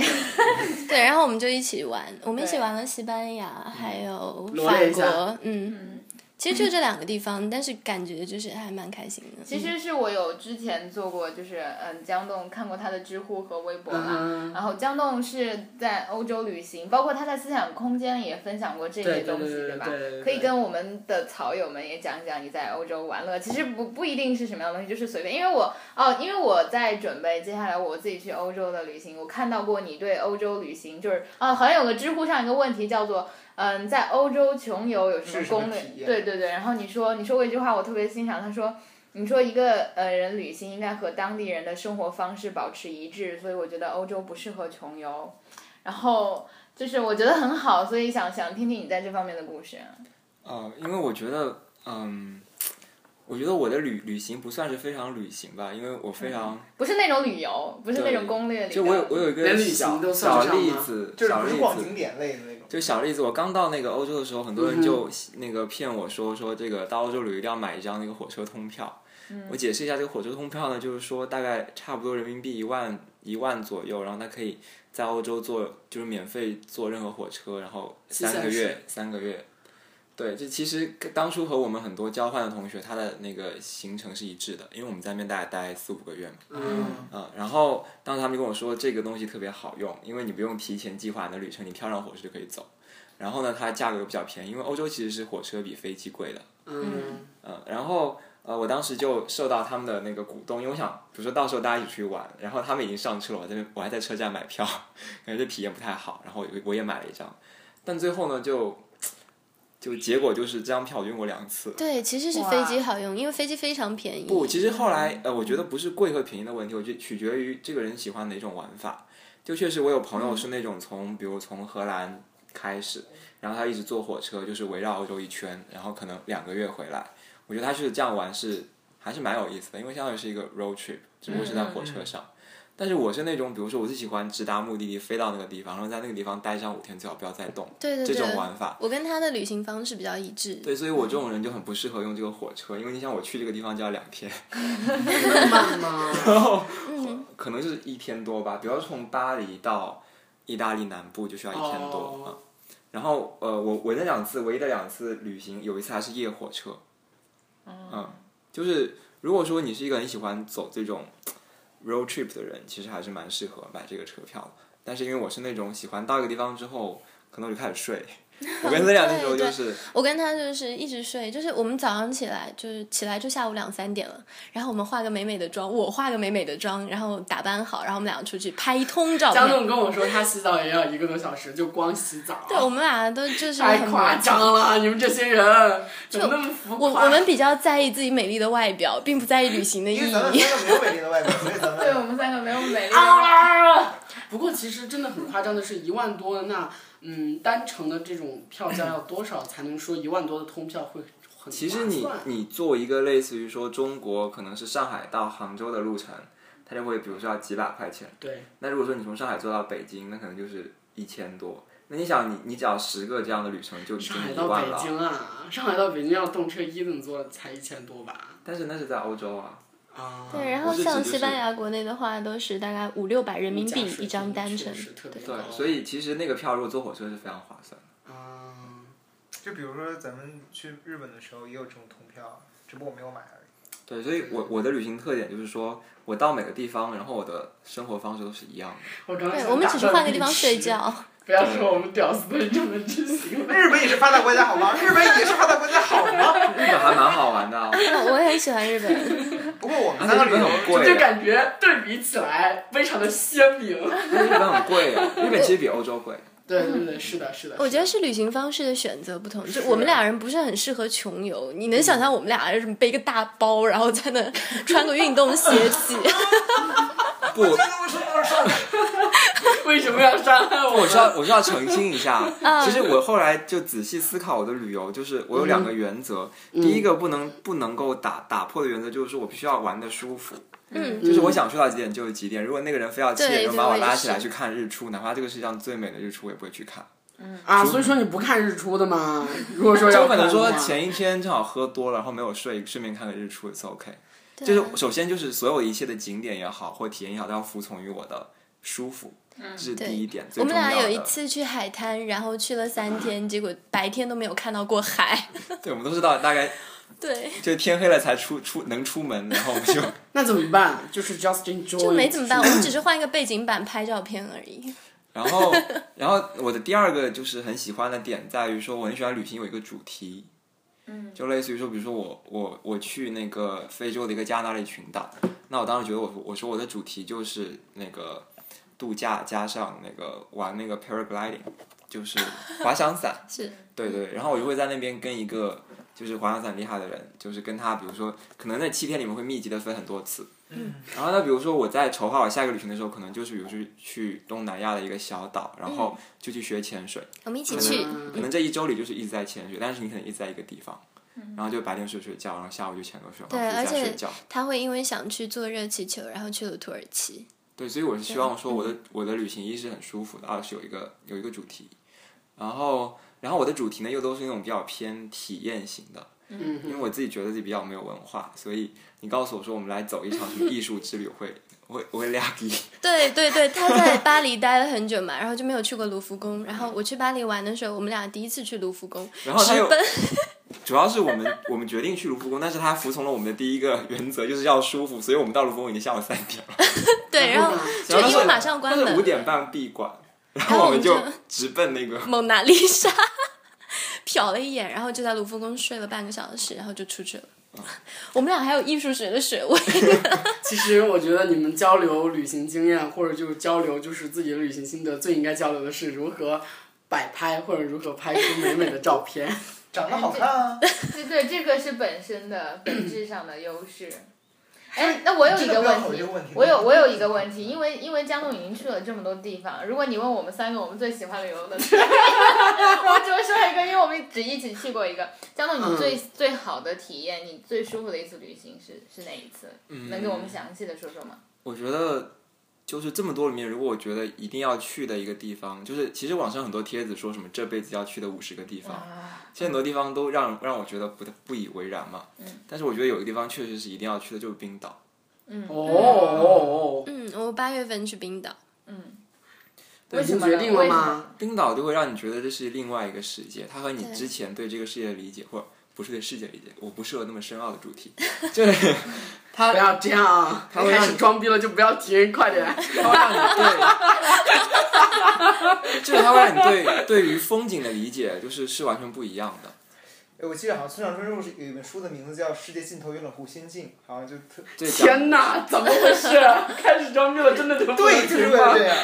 [SPEAKER 6] 对，然后我们就一起玩，我们一起
[SPEAKER 2] 对
[SPEAKER 6] 玩了西班牙，还有
[SPEAKER 4] 嗯罗
[SPEAKER 6] 法
[SPEAKER 4] 列一下
[SPEAKER 6] 国，嗯，其实就这两个地方，但是感觉就是还蛮开心的。
[SPEAKER 2] 其
[SPEAKER 6] 嗯
[SPEAKER 2] 实是我有之前做过，就是嗯江栋看过他的知乎和微博嘛，
[SPEAKER 4] 嗯，
[SPEAKER 2] 然后江栋是在欧洲旅行，包括他在思想空间也分享过这些
[SPEAKER 4] 对对
[SPEAKER 2] 东
[SPEAKER 4] 对
[SPEAKER 2] 西，
[SPEAKER 4] 对
[SPEAKER 2] 吧？
[SPEAKER 4] 对，
[SPEAKER 2] 可以跟我们的草友们也讲讲你在欧洲玩乐，其实不不一定是什么样的东西，就是随便。因为我哦，因为我在准备接下来我自己去欧洲的旅行，我看到过你对欧洲旅行就是啊，好像有个知乎上一个问题叫做嗯，在欧洲穷游有什么
[SPEAKER 5] 是什么
[SPEAKER 2] 攻略
[SPEAKER 5] 体？验
[SPEAKER 2] 对对对，然后你说你说过一句话，我特别欣赏，他说。你说一个呃人旅行应该和当地人的生活方式保持一致，所以我觉得欧洲不适合穷游。然后就是我觉得很好，所以想想听听你在这方面的故事。
[SPEAKER 7] 呃，因为我觉得，嗯，我觉得我的旅旅行不算是非常旅行吧，因为我非常，
[SPEAKER 2] 不是那种旅游，不是那种攻略里的。
[SPEAKER 7] 就我有我有一个
[SPEAKER 4] 连旅
[SPEAKER 7] 小
[SPEAKER 4] 行都算
[SPEAKER 7] 小
[SPEAKER 4] 不上
[SPEAKER 7] 例
[SPEAKER 4] 吗
[SPEAKER 7] 子，
[SPEAKER 5] 就是
[SPEAKER 7] 小
[SPEAKER 5] 不
[SPEAKER 7] 例
[SPEAKER 5] 是
[SPEAKER 7] 子，
[SPEAKER 5] 逛景点类的那种。
[SPEAKER 7] 就小例子，我刚到那个欧洲的时候，很多人就那个骗我说说这个到欧洲旅游一定要买一张那个火车通票。我解释一下，这个火车通票呢，就是说大概差不多人民币一万一万左右，然后它可以在欧洲坐就是免费坐任何火车，然后三个
[SPEAKER 4] 是
[SPEAKER 7] 月三个月。对，这其实跟当初和我们很多交换的同学，他的那个行程是一致的，因为我们在那边大概待四五个月嘛。
[SPEAKER 4] 嗯，
[SPEAKER 7] 嗯，然后当时他们就跟我说这个东西特别好用，因为你不用提前计划你的旅程，你跳上火车就可以走。然后呢，它价格又比较便宜，因为欧洲其实是火车比飞机贵的。
[SPEAKER 4] 嗯，
[SPEAKER 7] 嗯，然后呃，我当时就受到他们的那个鼓动，因为我想，比如说到时候大家一起出去玩，然后他们已经上车了，我在那边我还在车站买票， 感觉这体验不太好，然后我我也买了一张，但最后呢就就结果就是这张票我用过两次，
[SPEAKER 6] 对，其实是
[SPEAKER 2] 哇
[SPEAKER 6] 飞机好用，因为飞机非常便宜。
[SPEAKER 7] 不，其实后来呃，我觉得不是贵和便宜的问题，我觉得取决于这个人喜欢哪种玩法。就确实，我有朋友是那种从，比如从荷兰开始，然后他一直坐火车，就是围绕欧洲一圈，然后可能两个月回来。我觉得他就是这样玩是还是蛮有意思的，因为相当于是一个 road trip，只不过是在火车上。但是我是那种，比如说我是喜欢直达目的地，飞到那个地方，然后在那个地方待上五天，最好不要再动。
[SPEAKER 6] 对对
[SPEAKER 7] 这
[SPEAKER 6] 对，
[SPEAKER 7] 种玩法，
[SPEAKER 6] 我跟他的旅行方式比较一致。
[SPEAKER 7] 对，所以我这种人就很不适合用这个火车，因为你想我去这个地方就要两天。
[SPEAKER 4] 慢吗？
[SPEAKER 6] 嗯
[SPEAKER 7] 可能就是一天多吧。比方说从巴黎到意大利南部就需要一天多
[SPEAKER 4] 哦
[SPEAKER 7] 啊、嗯然后呃，我我那两次唯一的两次旅行，有一次还是夜火车，嗯，就是如果说你是一个很喜欢走这种 road trip 的人，其实还是蛮适合买这个车票的。但是因为我是那种喜欢到一个地方之后，可能我就开始睡。我跟 z 两那时候就
[SPEAKER 6] 对
[SPEAKER 7] 是
[SPEAKER 6] 我跟他就是一直睡，就是我们早上起来就是起来就下午两三点了，然后我们化个美美的妆，我化个美美的妆，然后打扮好，然后我们俩出去拍一通照
[SPEAKER 4] 哦江
[SPEAKER 6] 片。
[SPEAKER 4] 总跟我说，他洗澡也要一个多小时，就光洗澡。
[SPEAKER 6] 对，我们俩都就是
[SPEAKER 4] 太
[SPEAKER 6] 很
[SPEAKER 4] 夸张了，你们这些人怎么那么浮
[SPEAKER 6] 我
[SPEAKER 4] 夸？
[SPEAKER 6] 我们比较在意自己美丽的外表，并不在意旅行的意
[SPEAKER 5] 因为咱们
[SPEAKER 6] 义。
[SPEAKER 5] 三个没有美丽的外表，所以 咱
[SPEAKER 2] 对我
[SPEAKER 5] 们
[SPEAKER 2] 们三个没有美丽的话，
[SPEAKER 6] 哎
[SPEAKER 4] 啊！不过其实真的很夸张的是，一万多那嗯单程的这种票价要多少才能说一万多的通票会很
[SPEAKER 7] 其实你
[SPEAKER 4] 划算
[SPEAKER 7] 你做一个类似于说中国可能是上海到杭州的路程，它就会比如说要几百块钱。
[SPEAKER 4] 对
[SPEAKER 7] 那如果说你从上海坐到北京，那可能就是一千多。那你想你，你只要十个这样的旅程就已经
[SPEAKER 4] 上海
[SPEAKER 7] 一
[SPEAKER 4] 到
[SPEAKER 7] 万
[SPEAKER 4] 北
[SPEAKER 7] 了，
[SPEAKER 4] 京啊，上海到北京要动车一等座才一千多吧？
[SPEAKER 7] 但是那是在欧洲啊。
[SPEAKER 4] 啊，
[SPEAKER 6] 对，然
[SPEAKER 7] 我
[SPEAKER 6] 后
[SPEAKER 7] 是
[SPEAKER 6] 像
[SPEAKER 7] 指就是
[SPEAKER 6] 西班牙国内的话，都是大概五六百人民币
[SPEAKER 4] 物价水
[SPEAKER 6] 一张
[SPEAKER 4] 平
[SPEAKER 6] 单
[SPEAKER 4] 确。
[SPEAKER 6] 程
[SPEAKER 4] 实特别高
[SPEAKER 7] 对，所以其实那个票如果坐火车是非常划算的。
[SPEAKER 4] 啊，
[SPEAKER 5] 就比如说咱们去日本的时候也有这种通票，只不过我没有买而已。
[SPEAKER 7] 对，所以我我的旅行特点就是说我到每个地方，然后我的生活方式都是一样 的。
[SPEAKER 4] 我刚刚
[SPEAKER 6] 对，
[SPEAKER 4] 想
[SPEAKER 6] 我们只是
[SPEAKER 4] 打断
[SPEAKER 6] 换个地方
[SPEAKER 4] 你
[SPEAKER 6] 睡觉。
[SPEAKER 4] 不要说我们屌丝的这么知行 了。
[SPEAKER 5] 日本也是发达国家好吗？日本也是发达国家好吗？
[SPEAKER 7] 日本还蛮好玩 的、啊，
[SPEAKER 6] 我我也很喜欢日本，
[SPEAKER 5] 不过我们
[SPEAKER 7] 而
[SPEAKER 5] 三
[SPEAKER 7] 且
[SPEAKER 5] 个旅
[SPEAKER 7] 日本
[SPEAKER 5] 游
[SPEAKER 7] 很
[SPEAKER 5] 就
[SPEAKER 7] 贵
[SPEAKER 4] 就
[SPEAKER 7] 啊，
[SPEAKER 4] 感觉对比起来非常的鲜明。
[SPEAKER 7] 日本很贵啊，日本其实比欧洲贵。
[SPEAKER 4] 对对对，是的，是的。
[SPEAKER 6] 我觉得
[SPEAKER 4] 是
[SPEAKER 6] 是旅行方式的选择不同。就是我们俩人不是很适合穷游，你能
[SPEAKER 7] 嗯
[SPEAKER 6] 想象我们俩人背个大包，然后在那穿个运动鞋 起？
[SPEAKER 7] 不，我
[SPEAKER 4] 的为什么要伤害我
[SPEAKER 7] 我
[SPEAKER 4] 们
[SPEAKER 7] 是要我是要澄清一 下，
[SPEAKER 6] 嗯
[SPEAKER 7] 其实我后来就仔细思考我的旅游，就是我有两个原
[SPEAKER 6] 嗯
[SPEAKER 7] 则，
[SPEAKER 4] 嗯
[SPEAKER 7] 第一个不能不能够打打破的原则就是我必须要玩的舒服，
[SPEAKER 6] 嗯，
[SPEAKER 7] 就是我想睡到几点就是几点，如果那个人非要七
[SPEAKER 6] 对
[SPEAKER 7] 点钟
[SPEAKER 6] 对
[SPEAKER 7] 把
[SPEAKER 6] 我
[SPEAKER 7] 我
[SPEAKER 6] 也
[SPEAKER 7] 拉起来
[SPEAKER 6] 是
[SPEAKER 7] 去看日出，哪怕这个世界上最美的日出，我也不会去看。
[SPEAKER 4] 啊？所以说你不看日出的吗？如果说要
[SPEAKER 7] 就可能
[SPEAKER 4] 看的话
[SPEAKER 7] 说前一天正好喝多了，然后没有睡，顺便看个日出，it's OK。就是首先就是所有一切的景点也好，或体验也好，都要服从于我的舒服，这是
[SPEAKER 6] 对
[SPEAKER 7] 第一点。最
[SPEAKER 6] 我们
[SPEAKER 7] 重要
[SPEAKER 6] 俩
[SPEAKER 7] 的。
[SPEAKER 6] 有一次去海滩，然后去了三天，结果白天都没有看到过海。
[SPEAKER 7] 对，我们都是到大概
[SPEAKER 6] 对，
[SPEAKER 7] 就天黑了才出出能出门，然后我们 就。
[SPEAKER 4] 那怎么办？就是 just enjoy，
[SPEAKER 6] 就没怎么办，我们只是换一个背景板拍照片而已。
[SPEAKER 7] 然后，然后我的第二个就是很喜欢的点在于说，我很喜欢旅行有一个主题，嗯，就类似于说，比如说我我我去那个非洲的一个加那利群岛，那我当时觉得我我说我的主题就是那个度假加上那个玩那个 paragliding，就是滑翔伞，
[SPEAKER 6] 是
[SPEAKER 7] 对对，然后我就会在那边跟一个就是滑翔伞厉害的人，就是跟他，比如说，可能那七天里面会密集的飞很多次。嗯。然后呢，比如说我在筹划我下一个旅行的时候，可能就是比如说去东南亚的一个小岛，然后
[SPEAKER 6] 嗯
[SPEAKER 7] 就去学潜水。
[SPEAKER 6] 我们一起
[SPEAKER 7] 可
[SPEAKER 6] 去，
[SPEAKER 4] 嗯
[SPEAKER 7] 能可能这一周里就是一直在潜水，但是你可能一直在一个地方，然后就白天睡睡觉，然后下午就潜个水，
[SPEAKER 6] 嗯对
[SPEAKER 7] 然后
[SPEAKER 6] 而
[SPEAKER 7] 回家
[SPEAKER 6] 且
[SPEAKER 7] 睡觉。
[SPEAKER 6] 他会因为想去坐热气球，然后去了土耳其。
[SPEAKER 7] 对，所以我是希望说我的
[SPEAKER 6] 嗯
[SPEAKER 7] 我的旅行一是很舒服的，二是有一个有一个主题，然后然后我的主题呢又都是那种比较偏体验型的，嗯，因为我自己觉得自己比较没有文化，所以你告诉我说我们来走一场什么艺术之旅，我会我会我会俩逼，
[SPEAKER 6] 对对对，他在巴黎待了很久嘛，然后就没有去过卢浮宫。然后我去巴黎玩的时候，我们俩第一次去卢浮宫，
[SPEAKER 7] 然后他
[SPEAKER 6] 直
[SPEAKER 7] 又
[SPEAKER 6] 奔
[SPEAKER 7] 主要是我们 我们决定去卢浮宫，但是他服从了我们的第一个原则，就是要舒服，所以我们到卢浮宫已经下午三点了，
[SPEAKER 6] 对，然后
[SPEAKER 4] 嗯
[SPEAKER 6] 就
[SPEAKER 7] 然后
[SPEAKER 6] 因为马上关
[SPEAKER 7] 五
[SPEAKER 6] 门，
[SPEAKER 7] 点半闭馆，然
[SPEAKER 6] 然
[SPEAKER 7] 后
[SPEAKER 6] 后
[SPEAKER 7] 我
[SPEAKER 6] 我
[SPEAKER 7] 们
[SPEAKER 6] 们
[SPEAKER 7] 就
[SPEAKER 6] 就
[SPEAKER 7] 直奔那个。
[SPEAKER 6] 蒙娜丽莎 瞟了一眼，然后就在卢浮宫睡了半个小时，然后就出去了。我们俩还有艺术学的学 位，
[SPEAKER 4] 其实我觉得你们交流旅行经验，或者就是交流就是自己的旅行心得，最应该交流的是如何摆拍，或者如何拍出美美的照 片。
[SPEAKER 5] 长得好看啊，
[SPEAKER 2] 对对，这个是本身 的本质上的优势。哎，那我有一
[SPEAKER 5] 这
[SPEAKER 2] 个
[SPEAKER 5] 个
[SPEAKER 2] 问
[SPEAKER 5] 不要考虑
[SPEAKER 2] 题
[SPEAKER 5] 这个问题，
[SPEAKER 2] 我有我有一个问题，因为因为江总已经去了这么多地方，如果你问我们三个我们最喜欢旅游的 地方，我只会说一个，因为我们只一起去过一个。江
[SPEAKER 5] 嗯
[SPEAKER 2] 总，你最、最好的体验，你最舒服的一次旅行是是哪一次？能给我
[SPEAKER 5] 嗯
[SPEAKER 2] 们详细的说说吗？
[SPEAKER 7] 我觉得就是这么多里面，如果我觉得一定要去的一个地方，就是其实网上很多帖子说什么这辈子要去的五十个地方，
[SPEAKER 6] 嗯
[SPEAKER 5] 啊
[SPEAKER 7] 其实很多地方都让让我觉得不不以为然嘛。
[SPEAKER 6] 嗯
[SPEAKER 7] 但是我觉得有一个地方确实是一定要去的，就是冰岛。
[SPEAKER 4] 哦，
[SPEAKER 6] 嗯，我八月份去冰岛，
[SPEAKER 4] 已经
[SPEAKER 2] 什么
[SPEAKER 4] 决
[SPEAKER 2] 呢
[SPEAKER 4] 定
[SPEAKER 2] 嗯
[SPEAKER 4] 了
[SPEAKER 2] 为什
[SPEAKER 4] 吗？
[SPEAKER 7] 冰岛就会让你觉得这是另外一个世界，它和你之前对这个世界的理解，或者不是对世界理解，我不适合那么深奥的主题，就是
[SPEAKER 4] 不要这样啊！
[SPEAKER 7] 会
[SPEAKER 4] 开
[SPEAKER 7] 让
[SPEAKER 4] 始装逼了就不要停，快点！
[SPEAKER 7] 它会让你对，就是它会让你对对于风景的理解，就是是完全不一样的。
[SPEAKER 5] 哎我记得好像村上春树是有一本书的名字叫《世界尽头有冷酷仙境》，好像就特
[SPEAKER 7] 这讲
[SPEAKER 4] 天哪，怎么回事？开始装逼了，真的就不能
[SPEAKER 5] 就是
[SPEAKER 4] 停
[SPEAKER 5] 为了
[SPEAKER 4] 吗
[SPEAKER 5] 这？样。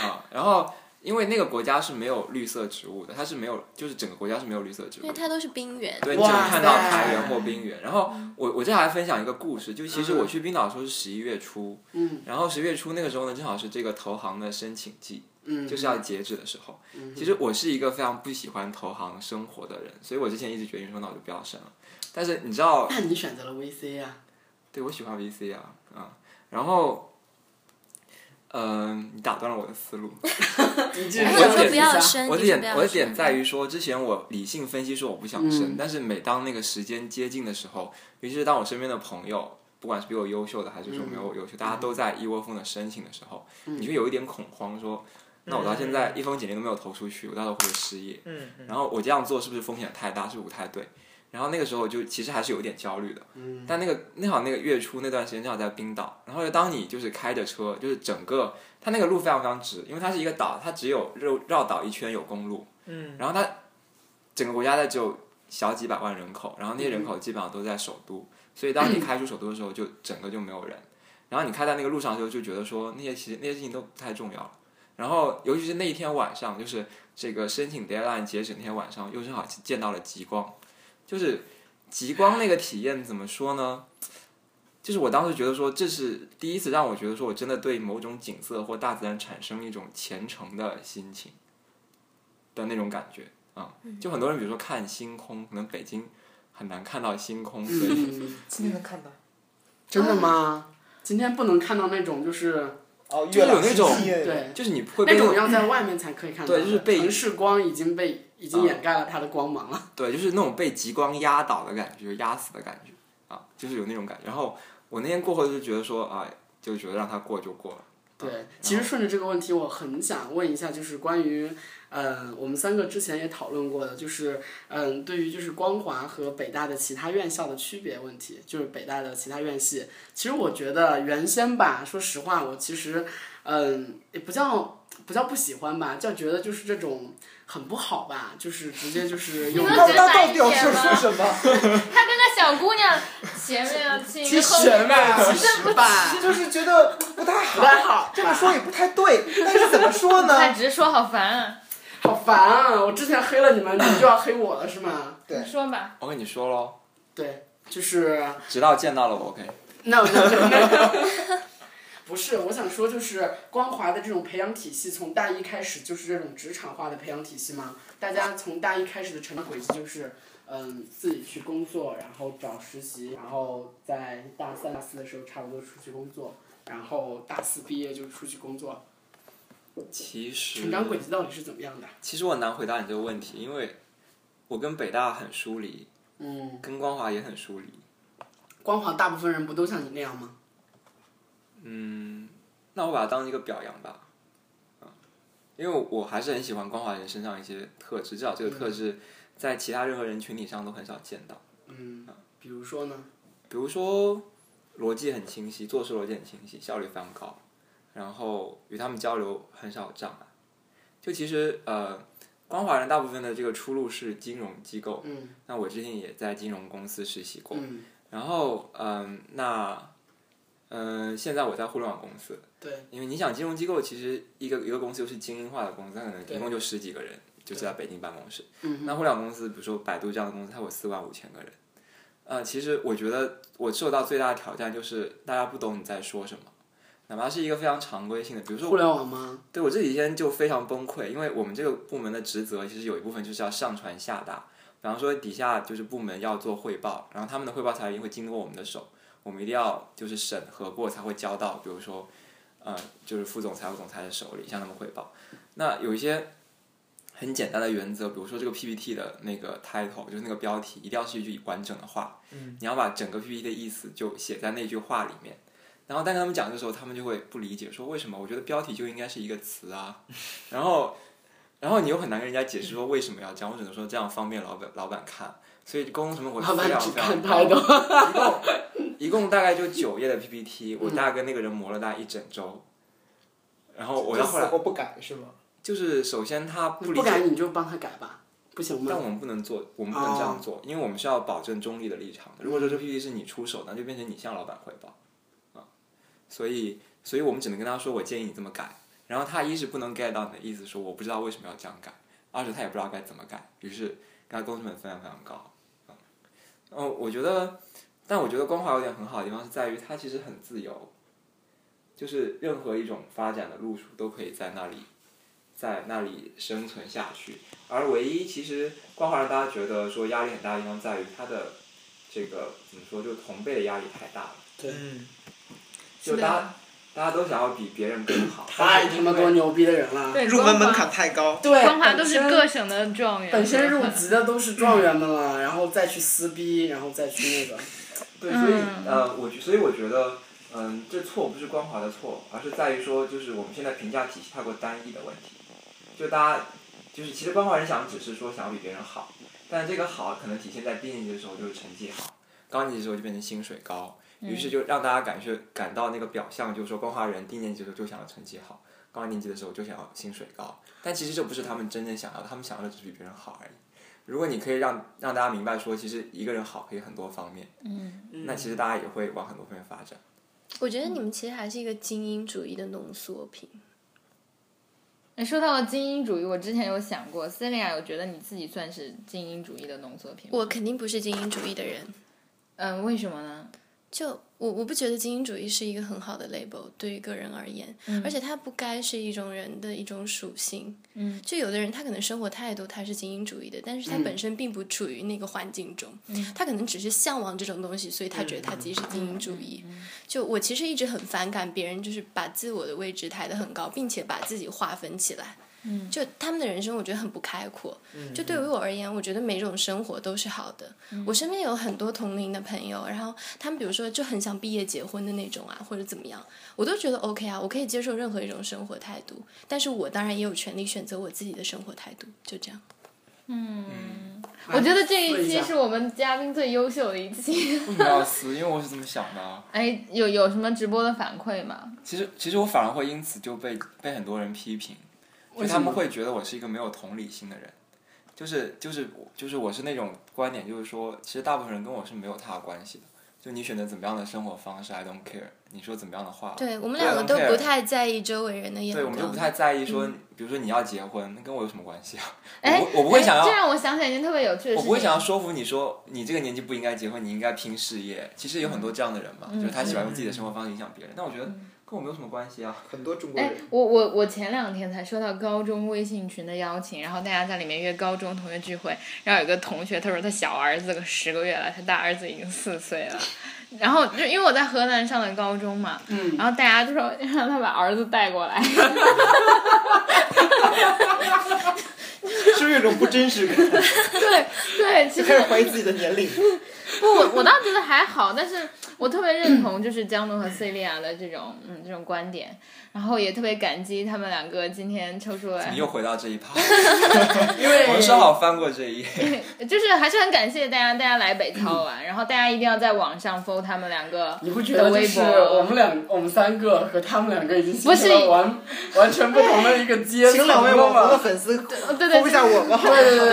[SPEAKER 7] 啊，然后因为那个国家是没有绿色植物的，它是没有，就是整个国家是没有绿色植
[SPEAKER 6] 因
[SPEAKER 7] 物
[SPEAKER 6] 为
[SPEAKER 7] 的。
[SPEAKER 6] 它都是冰原。
[SPEAKER 7] 对，你只能
[SPEAKER 4] 哇
[SPEAKER 7] 看到
[SPEAKER 4] 塞
[SPEAKER 7] 苔原或冰原。然后我我这还分享一个故事，就其实我去冰岛的时候是十一月初，
[SPEAKER 4] 嗯
[SPEAKER 7] 然后十一月初那个时候呢，正好是这个投航的申请季，
[SPEAKER 4] 嗯，
[SPEAKER 7] 就是要截止的时候。其实我是一个非常不喜欢投航生活的人，所以我之前一直决定说，那我就不要申了。但是你知道，
[SPEAKER 4] 那你选择了 VC 啊？
[SPEAKER 7] 对我喜欢 VC 啊啊，然后。嗯、你打断了我的思路。
[SPEAKER 4] 一句
[SPEAKER 6] 然后
[SPEAKER 7] 我
[SPEAKER 6] 你说
[SPEAKER 7] 点
[SPEAKER 6] 不要生，
[SPEAKER 7] 我的
[SPEAKER 6] 你说不
[SPEAKER 7] 点
[SPEAKER 6] 要嗯
[SPEAKER 7] 我的
[SPEAKER 6] 生
[SPEAKER 7] 点在于说，之前我理性分析说我不想生，但是每当那个时间接近的时候，尤其是当我身边的朋友，不管是比我优秀的还是说没有
[SPEAKER 6] 嗯
[SPEAKER 7] 我优秀，大家都在一窝蜂的申请的时候，你就有一点恐慌说，那我到现在一封简历都没有投出去，我到时候会不会失业？
[SPEAKER 5] 嗯嗯
[SPEAKER 7] 然后我这样做是不是风险太大，是不是不太对？然后那个时候就其实还是有一点焦虑的，但那个那好像那个月初那段时间正好在冰岛，然后当你就是开着车，就是整个它那个路非常非常直，因为它是一个岛，它只有绕绕岛一圈有公路，
[SPEAKER 5] 嗯，
[SPEAKER 7] 然后它整个国家呢只有小几百万人口，然后那些人口基本上都在首都，所以当你开出首都的时候，就整个就没有人。然后你开在那个路上的时候，就觉得说那些其实那些事情都不太重要了。然后尤其是那一天晚上，就是这个申请 deadline 截止那天晚上，又正好见到了极光，就是极光那个体验怎么说呢？就是我当时觉得说，这是第一次让我觉得说我真的对某种景色或大自然产生一种虔诚的心情的那种感觉啊、
[SPEAKER 4] 嗯
[SPEAKER 7] 就很多人比如说看星空，可能北京很难看到星空，所以
[SPEAKER 4] 嗯，
[SPEAKER 5] 今天能看到
[SPEAKER 4] 真的吗？今天不能看到那种就是
[SPEAKER 5] 哦，
[SPEAKER 7] 就是
[SPEAKER 5] 月
[SPEAKER 7] 有
[SPEAKER 5] 朗
[SPEAKER 7] 那
[SPEAKER 5] 星
[SPEAKER 7] 种
[SPEAKER 5] 稀的
[SPEAKER 4] 对
[SPEAKER 7] 就是你会被
[SPEAKER 4] 那
[SPEAKER 7] 那
[SPEAKER 4] 种
[SPEAKER 7] 种
[SPEAKER 4] 要在外面才可以看到的，
[SPEAKER 7] 对就是被
[SPEAKER 4] 城市光已经被已经掩盖了它的光芒了。
[SPEAKER 7] 对，就是那种被极光压倒的感觉，压死的感觉啊，就是有那种感觉。然后我那天过后就觉得说啊，就觉得让它过就过了。
[SPEAKER 4] 对，
[SPEAKER 2] 嗯
[SPEAKER 4] 其实顺着这个问题，我很想问一下，就是关于，呃，我们三个之前也讨论过的，就是，嗯、对于就是光华和北大的其他院校的区别问题，就是北大的其他院系，其实我觉得原先吧，说实话，我其实，嗯、也不叫不叫不喜欢吧，叫觉得就是这种很不好吧，就是直接就是用
[SPEAKER 2] 你们
[SPEAKER 4] 一个
[SPEAKER 5] 那
[SPEAKER 2] 觉
[SPEAKER 5] 那
[SPEAKER 2] 得
[SPEAKER 5] 到底要
[SPEAKER 2] 白
[SPEAKER 5] 说
[SPEAKER 2] 一点
[SPEAKER 5] 说
[SPEAKER 2] 吗
[SPEAKER 5] 什么？
[SPEAKER 2] 他跟那小姑娘前面亲
[SPEAKER 4] 其
[SPEAKER 2] 后
[SPEAKER 4] 实
[SPEAKER 2] 面
[SPEAKER 4] 吧，其实吧，
[SPEAKER 5] 就是觉得不太好，
[SPEAKER 4] 不太好，
[SPEAKER 5] 这么说也不太对，但是怎么说
[SPEAKER 2] 他
[SPEAKER 5] 呢？
[SPEAKER 2] 直说好烦啊、
[SPEAKER 4] 好烦啊！我之前黑了你们，你们就要黑我了是吗？
[SPEAKER 5] 对
[SPEAKER 2] 你说吧，
[SPEAKER 7] 我跟你说喽，
[SPEAKER 4] 对，就是
[SPEAKER 7] 直到见到了我，OK。
[SPEAKER 4] no no no, no。不是，我想说就是光华的这种培养体系，从大一开始就是这种职场化的培养体系嘛。大家从大一开始的成长轨迹就是，嗯，自己去工作，然后找实习，然后在大三、大四的时候差不多出去工作，然后大四毕业就出去工作。
[SPEAKER 7] 其实
[SPEAKER 4] 成长轨迹到底是怎么样的？
[SPEAKER 7] 其实我很难回答你这个问题，因为我跟北大很疏离，
[SPEAKER 4] 嗯，
[SPEAKER 7] 跟光华也很疏离。
[SPEAKER 4] 光华大部分人不都像你那样吗？
[SPEAKER 7] 嗯，那我把它当一个表扬吧，嗯，因为我还是很喜欢光华人身上一些特质，至少这个特质在其他任何人群体上都很少见到。
[SPEAKER 4] 嗯，比如说呢？
[SPEAKER 7] 比如说，逻辑很清晰，做事逻辑很清晰，效率非常高，然后与他们交流很少有障碍。就其实呃，光华人大部分的这个出路是金融机构，
[SPEAKER 4] 嗯
[SPEAKER 7] 那我之前也在金融公司实习过。
[SPEAKER 4] 嗯，
[SPEAKER 7] 然后，嗯，那，嗯，现在我在互联网公司，
[SPEAKER 4] 对，
[SPEAKER 7] 因为你想，金融机构其实一个一个公司又是精英化的公司，它可能
[SPEAKER 4] 对
[SPEAKER 7] 一共就十几个人，就是在北京办公室。
[SPEAKER 4] 嗯
[SPEAKER 7] 那互联网公司，比如说百度这样的公司，它有四万五千个人。呃，其实我觉得我受到最大的挑战就是大家不懂你在说什么，哪怕是一个非常常规性的，比如说
[SPEAKER 4] 互联网吗？
[SPEAKER 7] 对我这几天就非常崩溃，因为我们这个部门的职责其实有一部分就是要上传下达，比方说底下就是部门要做汇报，然后他们的汇报材料会经过我们的手，我们一定要就是审核过才会交到，比如说，呃，就是副总裁或总裁的手里向他们汇报。那有一些很简单的原则，比如说这个 PPT 的那个 title 就是那个标题，一定要是一句完整的话，
[SPEAKER 5] 嗯
[SPEAKER 7] 你要把整个 PPT 的意思就写在那句话里面。然后但跟他们讲的时候，他们就会不理解，说为什么？我觉得标题就应该是一个词啊。然后，然后你又很难跟人家解释说为什么要这样，我只能说这样方便老板老板看。所以公共成本我
[SPEAKER 4] 老
[SPEAKER 7] 非
[SPEAKER 4] 板
[SPEAKER 7] 常
[SPEAKER 4] 只
[SPEAKER 7] 非
[SPEAKER 4] 看
[SPEAKER 7] 常高
[SPEAKER 4] 态度。
[SPEAKER 7] 一共一 共大概就九页的 PPT，我大概跟那个人磨了大概一整周。然后我要后
[SPEAKER 5] 死
[SPEAKER 7] 来
[SPEAKER 5] 活不改是吗？
[SPEAKER 7] 嗯就是首先他不理
[SPEAKER 4] 不改
[SPEAKER 7] 解，
[SPEAKER 4] 你就帮他改吧，不行吗？哦
[SPEAKER 7] 但我们不能做，我们不能这样做，因为我们是要保证中立的立场的。如果说这 PPT 是你出手，那就变成你向老板汇报啊。所以，所以我们只能跟他说，我建议你这么改。然后他一是不能 get 到你的意思，说我不知道为什么要这样改；二是他也不知道该怎么改，于是跟他沟通成本非常非常高。嗯，哦，我觉得，但我觉得光华有点很好的地方是在于它其实很自由，就是任何一种发展的路数都可以在那里，在那里生存下去。而唯一其实光华让大家觉得说压力很大的地方在于它的这个怎么说，就同辈的压力太大了，
[SPEAKER 5] 嗯，
[SPEAKER 7] 就大家大家都想要比别人更好，
[SPEAKER 4] 太他妈多牛逼的人了！
[SPEAKER 2] 对，
[SPEAKER 5] 入门
[SPEAKER 2] 光华
[SPEAKER 5] 门槛太高。
[SPEAKER 4] 对，
[SPEAKER 2] 光华都是
[SPEAKER 4] 本身
[SPEAKER 2] 各省的状元，
[SPEAKER 4] 本身入籍的都是状元们了，然后再去撕逼，然后再去那个，
[SPEAKER 7] 对，所以呃，我觉所以我觉得，嗯，这错不是光华的错，而是在于说，就是我们现在评价体系太过单一的问题。就大家，就是其实光华人想只是说想要比别人好，但这个好可能体现在低年级的时候就是成绩好，高年级的时候就变成薪水高，于是就让大家感觉感到那个表象，就是说光华人低年级的时候就想要成绩好，高年级的时候就想要薪水高，但其实这不是他们真正想要的，他们想要的只是比别人好而已。如果你可以让让大家明白说，其实一个人好可以很多方面，那其实大家也会往很多方面发展。
[SPEAKER 6] 我觉得你们其实还是一个精英主义的浓缩品。
[SPEAKER 2] 你说到了精英主义，我之前有想过，c e l i a 有觉得你自己算是精英主义的浓缩品吗？
[SPEAKER 6] 我肯定不是精英主义的人，
[SPEAKER 2] 嗯，为什么呢？
[SPEAKER 6] 就我我不觉得精英主义是一个很好的 label 对于个人而言，而且它不该是一种人的一种属性。
[SPEAKER 2] 嗯，
[SPEAKER 6] 就有的人他可能生活态度他是精英主义的，但是他本身并不处于那个环境中，他可能只是向往这种东西，所以他觉得他自己是精
[SPEAKER 2] 嗯
[SPEAKER 6] 英主义。就我其实一直很反感别人就是把自我的位置抬得很高，并且把自己划分起来。嗯，就他们的人生，我觉得很不开阔。
[SPEAKER 7] 嗯
[SPEAKER 6] 就对于我而言，我觉得每种生活都是好的。我身边有很多同龄的朋友，然后他们比如说就很想毕业结婚的那种啊，或者怎么样，我都觉得 OK 啊，我可以接受任何一种生活态度，但是我当然也有权利选择我自己的生活态度，就这样。
[SPEAKER 2] 我觉得这一
[SPEAKER 4] 问一
[SPEAKER 2] 期
[SPEAKER 4] 下
[SPEAKER 2] 是我们嘉宾最优秀的一期。
[SPEAKER 7] 为什么要撕？因为我是这么想的啊。
[SPEAKER 2] 哎，有有什么直播的反馈吗？
[SPEAKER 7] 其实，其实我反而会因此就被被很多人批评，就他们会觉得我是一个没有同理心的人，就是就是就是我是那种观点，就是说，其实大部分人跟我是没有太大关系的。就你选择怎么样的生活方式，I don't care。你说怎么样的话，
[SPEAKER 6] 对我们
[SPEAKER 7] I
[SPEAKER 6] 两个
[SPEAKER 7] don't
[SPEAKER 6] 都
[SPEAKER 7] care
[SPEAKER 6] 不太在意周围人的眼
[SPEAKER 7] 对，
[SPEAKER 6] 光，
[SPEAKER 7] 我们就不太在意说，比如说你要结婚，那跟我有什么关系啊？
[SPEAKER 2] 嗯哎，
[SPEAKER 7] 我不我不会想要
[SPEAKER 2] 这让我想起来一件特别有趣的事情。
[SPEAKER 7] 我不会想要说服你说你这个年纪不应该结婚，你应该拼事业。其实有很多这样的人嘛，
[SPEAKER 4] 嗯
[SPEAKER 7] 就是他喜欢用自己的生活方式影响别人。但我觉得跟我没有什么关系啊。
[SPEAKER 5] 很多中国
[SPEAKER 2] 哎
[SPEAKER 5] 人，
[SPEAKER 2] 我我我前两天才收到高中微信群的邀请，然后大家在里面约高中同学聚会，然后有个同学他说他小儿子个十个月了，他大儿子已经四岁了，然后就因为我在河南上的高中嘛，然后大家就说让他把儿子带过来，
[SPEAKER 5] 是不是有种不真实感？
[SPEAKER 2] 对对，其
[SPEAKER 5] 就
[SPEAKER 2] 实
[SPEAKER 5] 开始怀疑自己的年龄。
[SPEAKER 2] 不，我我倒觉得还好，但是我特别认同就是江东和塞利亚的这种嗯这种观点，然后也特别感激他们两个今天抽出来
[SPEAKER 7] 你，又回到这一 趴，
[SPEAKER 4] 哎因为
[SPEAKER 7] 我们说好翻过这一页。
[SPEAKER 2] 就是还是很感谢大家，大家来北超 玩，然后大家一定要在网上 follow 他们两个
[SPEAKER 4] 你不觉
[SPEAKER 2] 的
[SPEAKER 4] 得就
[SPEAKER 2] 微
[SPEAKER 4] 是
[SPEAKER 2] 博。
[SPEAKER 4] 我们两我们三个和他们两个已经形
[SPEAKER 2] 不
[SPEAKER 4] 成
[SPEAKER 2] 是
[SPEAKER 4] 了完 完全不同的一个阶层
[SPEAKER 5] 请两位
[SPEAKER 4] 了
[SPEAKER 5] 网红的
[SPEAKER 4] 吗？
[SPEAKER 5] 粉丝
[SPEAKER 2] 对对
[SPEAKER 5] 呼一下我吧。
[SPEAKER 4] 对对对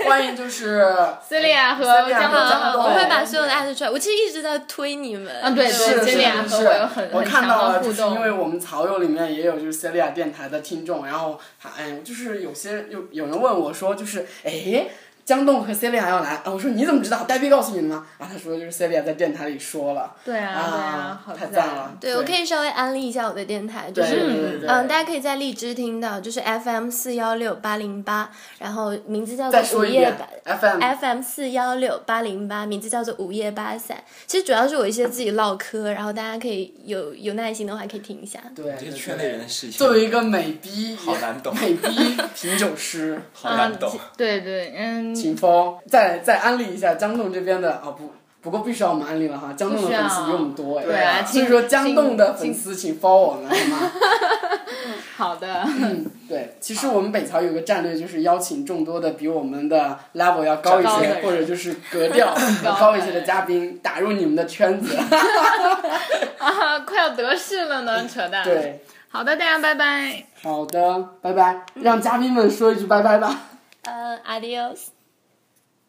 [SPEAKER 4] 对，欢迎就是
[SPEAKER 2] 斯利亚和江
[SPEAKER 4] 对
[SPEAKER 2] 东
[SPEAKER 4] 江哦
[SPEAKER 6] 啊，
[SPEAKER 4] 东
[SPEAKER 6] 我会把所有的艾特出来。我其实一直在推你们，
[SPEAKER 2] 啊对
[SPEAKER 4] 嗯是
[SPEAKER 2] 对
[SPEAKER 4] 是
[SPEAKER 2] 这俩
[SPEAKER 4] 是
[SPEAKER 2] 和我有很
[SPEAKER 4] 我
[SPEAKER 2] 很
[SPEAKER 4] 看
[SPEAKER 2] 强
[SPEAKER 4] 到
[SPEAKER 2] 的
[SPEAKER 4] 了，
[SPEAKER 2] 互
[SPEAKER 4] 就是
[SPEAKER 2] 动
[SPEAKER 4] 因为我们草友里面也有就是 Celia 电台的听众，然后还哎，就是有些有有人问我说，就是哎，江栋和 Celia 要来啊，我说你怎么知道？呆逼告诉你的吗？然后他说就是 Celia 在电台里说了，
[SPEAKER 2] 对啊对啊，好
[SPEAKER 4] 太赞了！，
[SPEAKER 6] 对我可以稍微安利一下我的电台，就
[SPEAKER 4] 对，对
[SPEAKER 6] 是
[SPEAKER 4] 对对对，
[SPEAKER 6] 嗯，大家可以在荔枝听到，就是 FM 四幺六八零八，然后名字叫
[SPEAKER 4] 再
[SPEAKER 6] 做午
[SPEAKER 4] 说一
[SPEAKER 6] 夜
[SPEAKER 4] 遍
[SPEAKER 6] 吧。
[SPEAKER 4] FM
[SPEAKER 6] FM 四幺六八零八，名字叫做午夜八散。其实主要是我一些自己唠嗑，然后大家可以有有耐心的话可以听一下。
[SPEAKER 4] 对，
[SPEAKER 7] 这
[SPEAKER 4] 对
[SPEAKER 7] 是
[SPEAKER 4] 对
[SPEAKER 7] 圈内人的事情，
[SPEAKER 4] 作为一个美逼，
[SPEAKER 7] 好难懂
[SPEAKER 4] 美逼品酒师
[SPEAKER 7] 好难懂。
[SPEAKER 2] 对对，嗯，
[SPEAKER 4] 秦风，再再安利一下江栋这边的啊不。不过必须要我们安利了哈，江栋的粉丝比我们多哎，
[SPEAKER 2] 对啊
[SPEAKER 4] 所以
[SPEAKER 2] 请
[SPEAKER 4] 说江栋的粉丝请 follow 我们好吗？嗯
[SPEAKER 2] 好的，
[SPEAKER 4] 对，其实我们北朝有个战略，就是邀请众多的比我们的 level 要高一
[SPEAKER 2] 高的
[SPEAKER 4] 些
[SPEAKER 2] 人，
[SPEAKER 4] 或者就是格 调要高一些的嘉宾打入你们的圈子。
[SPEAKER 2] 啊，快要得势了呢，扯淡。，
[SPEAKER 4] 对，
[SPEAKER 2] 好的，大家拜拜。
[SPEAKER 4] 好的，拜拜，让嘉宾们说一句拜拜吧。
[SPEAKER 6] 嗯，Adios。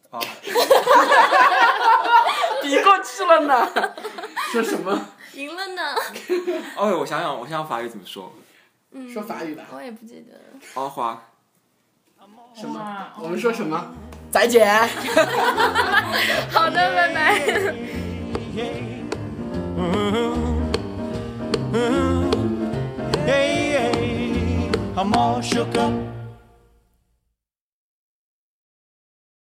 [SPEAKER 7] 啊，
[SPEAKER 4] 比过去了呢。说什么？
[SPEAKER 6] 赢了呢？
[SPEAKER 7] 哦，我想想，我想想法语怎么说？
[SPEAKER 4] 说法语吧。
[SPEAKER 6] 嗯我也不记得了。
[SPEAKER 7] 阿花。
[SPEAKER 4] 什么？我们说什么？
[SPEAKER 2] 哦
[SPEAKER 4] 再见。
[SPEAKER 2] 好的，拜拜。
[SPEAKER 1] I'm all shook up.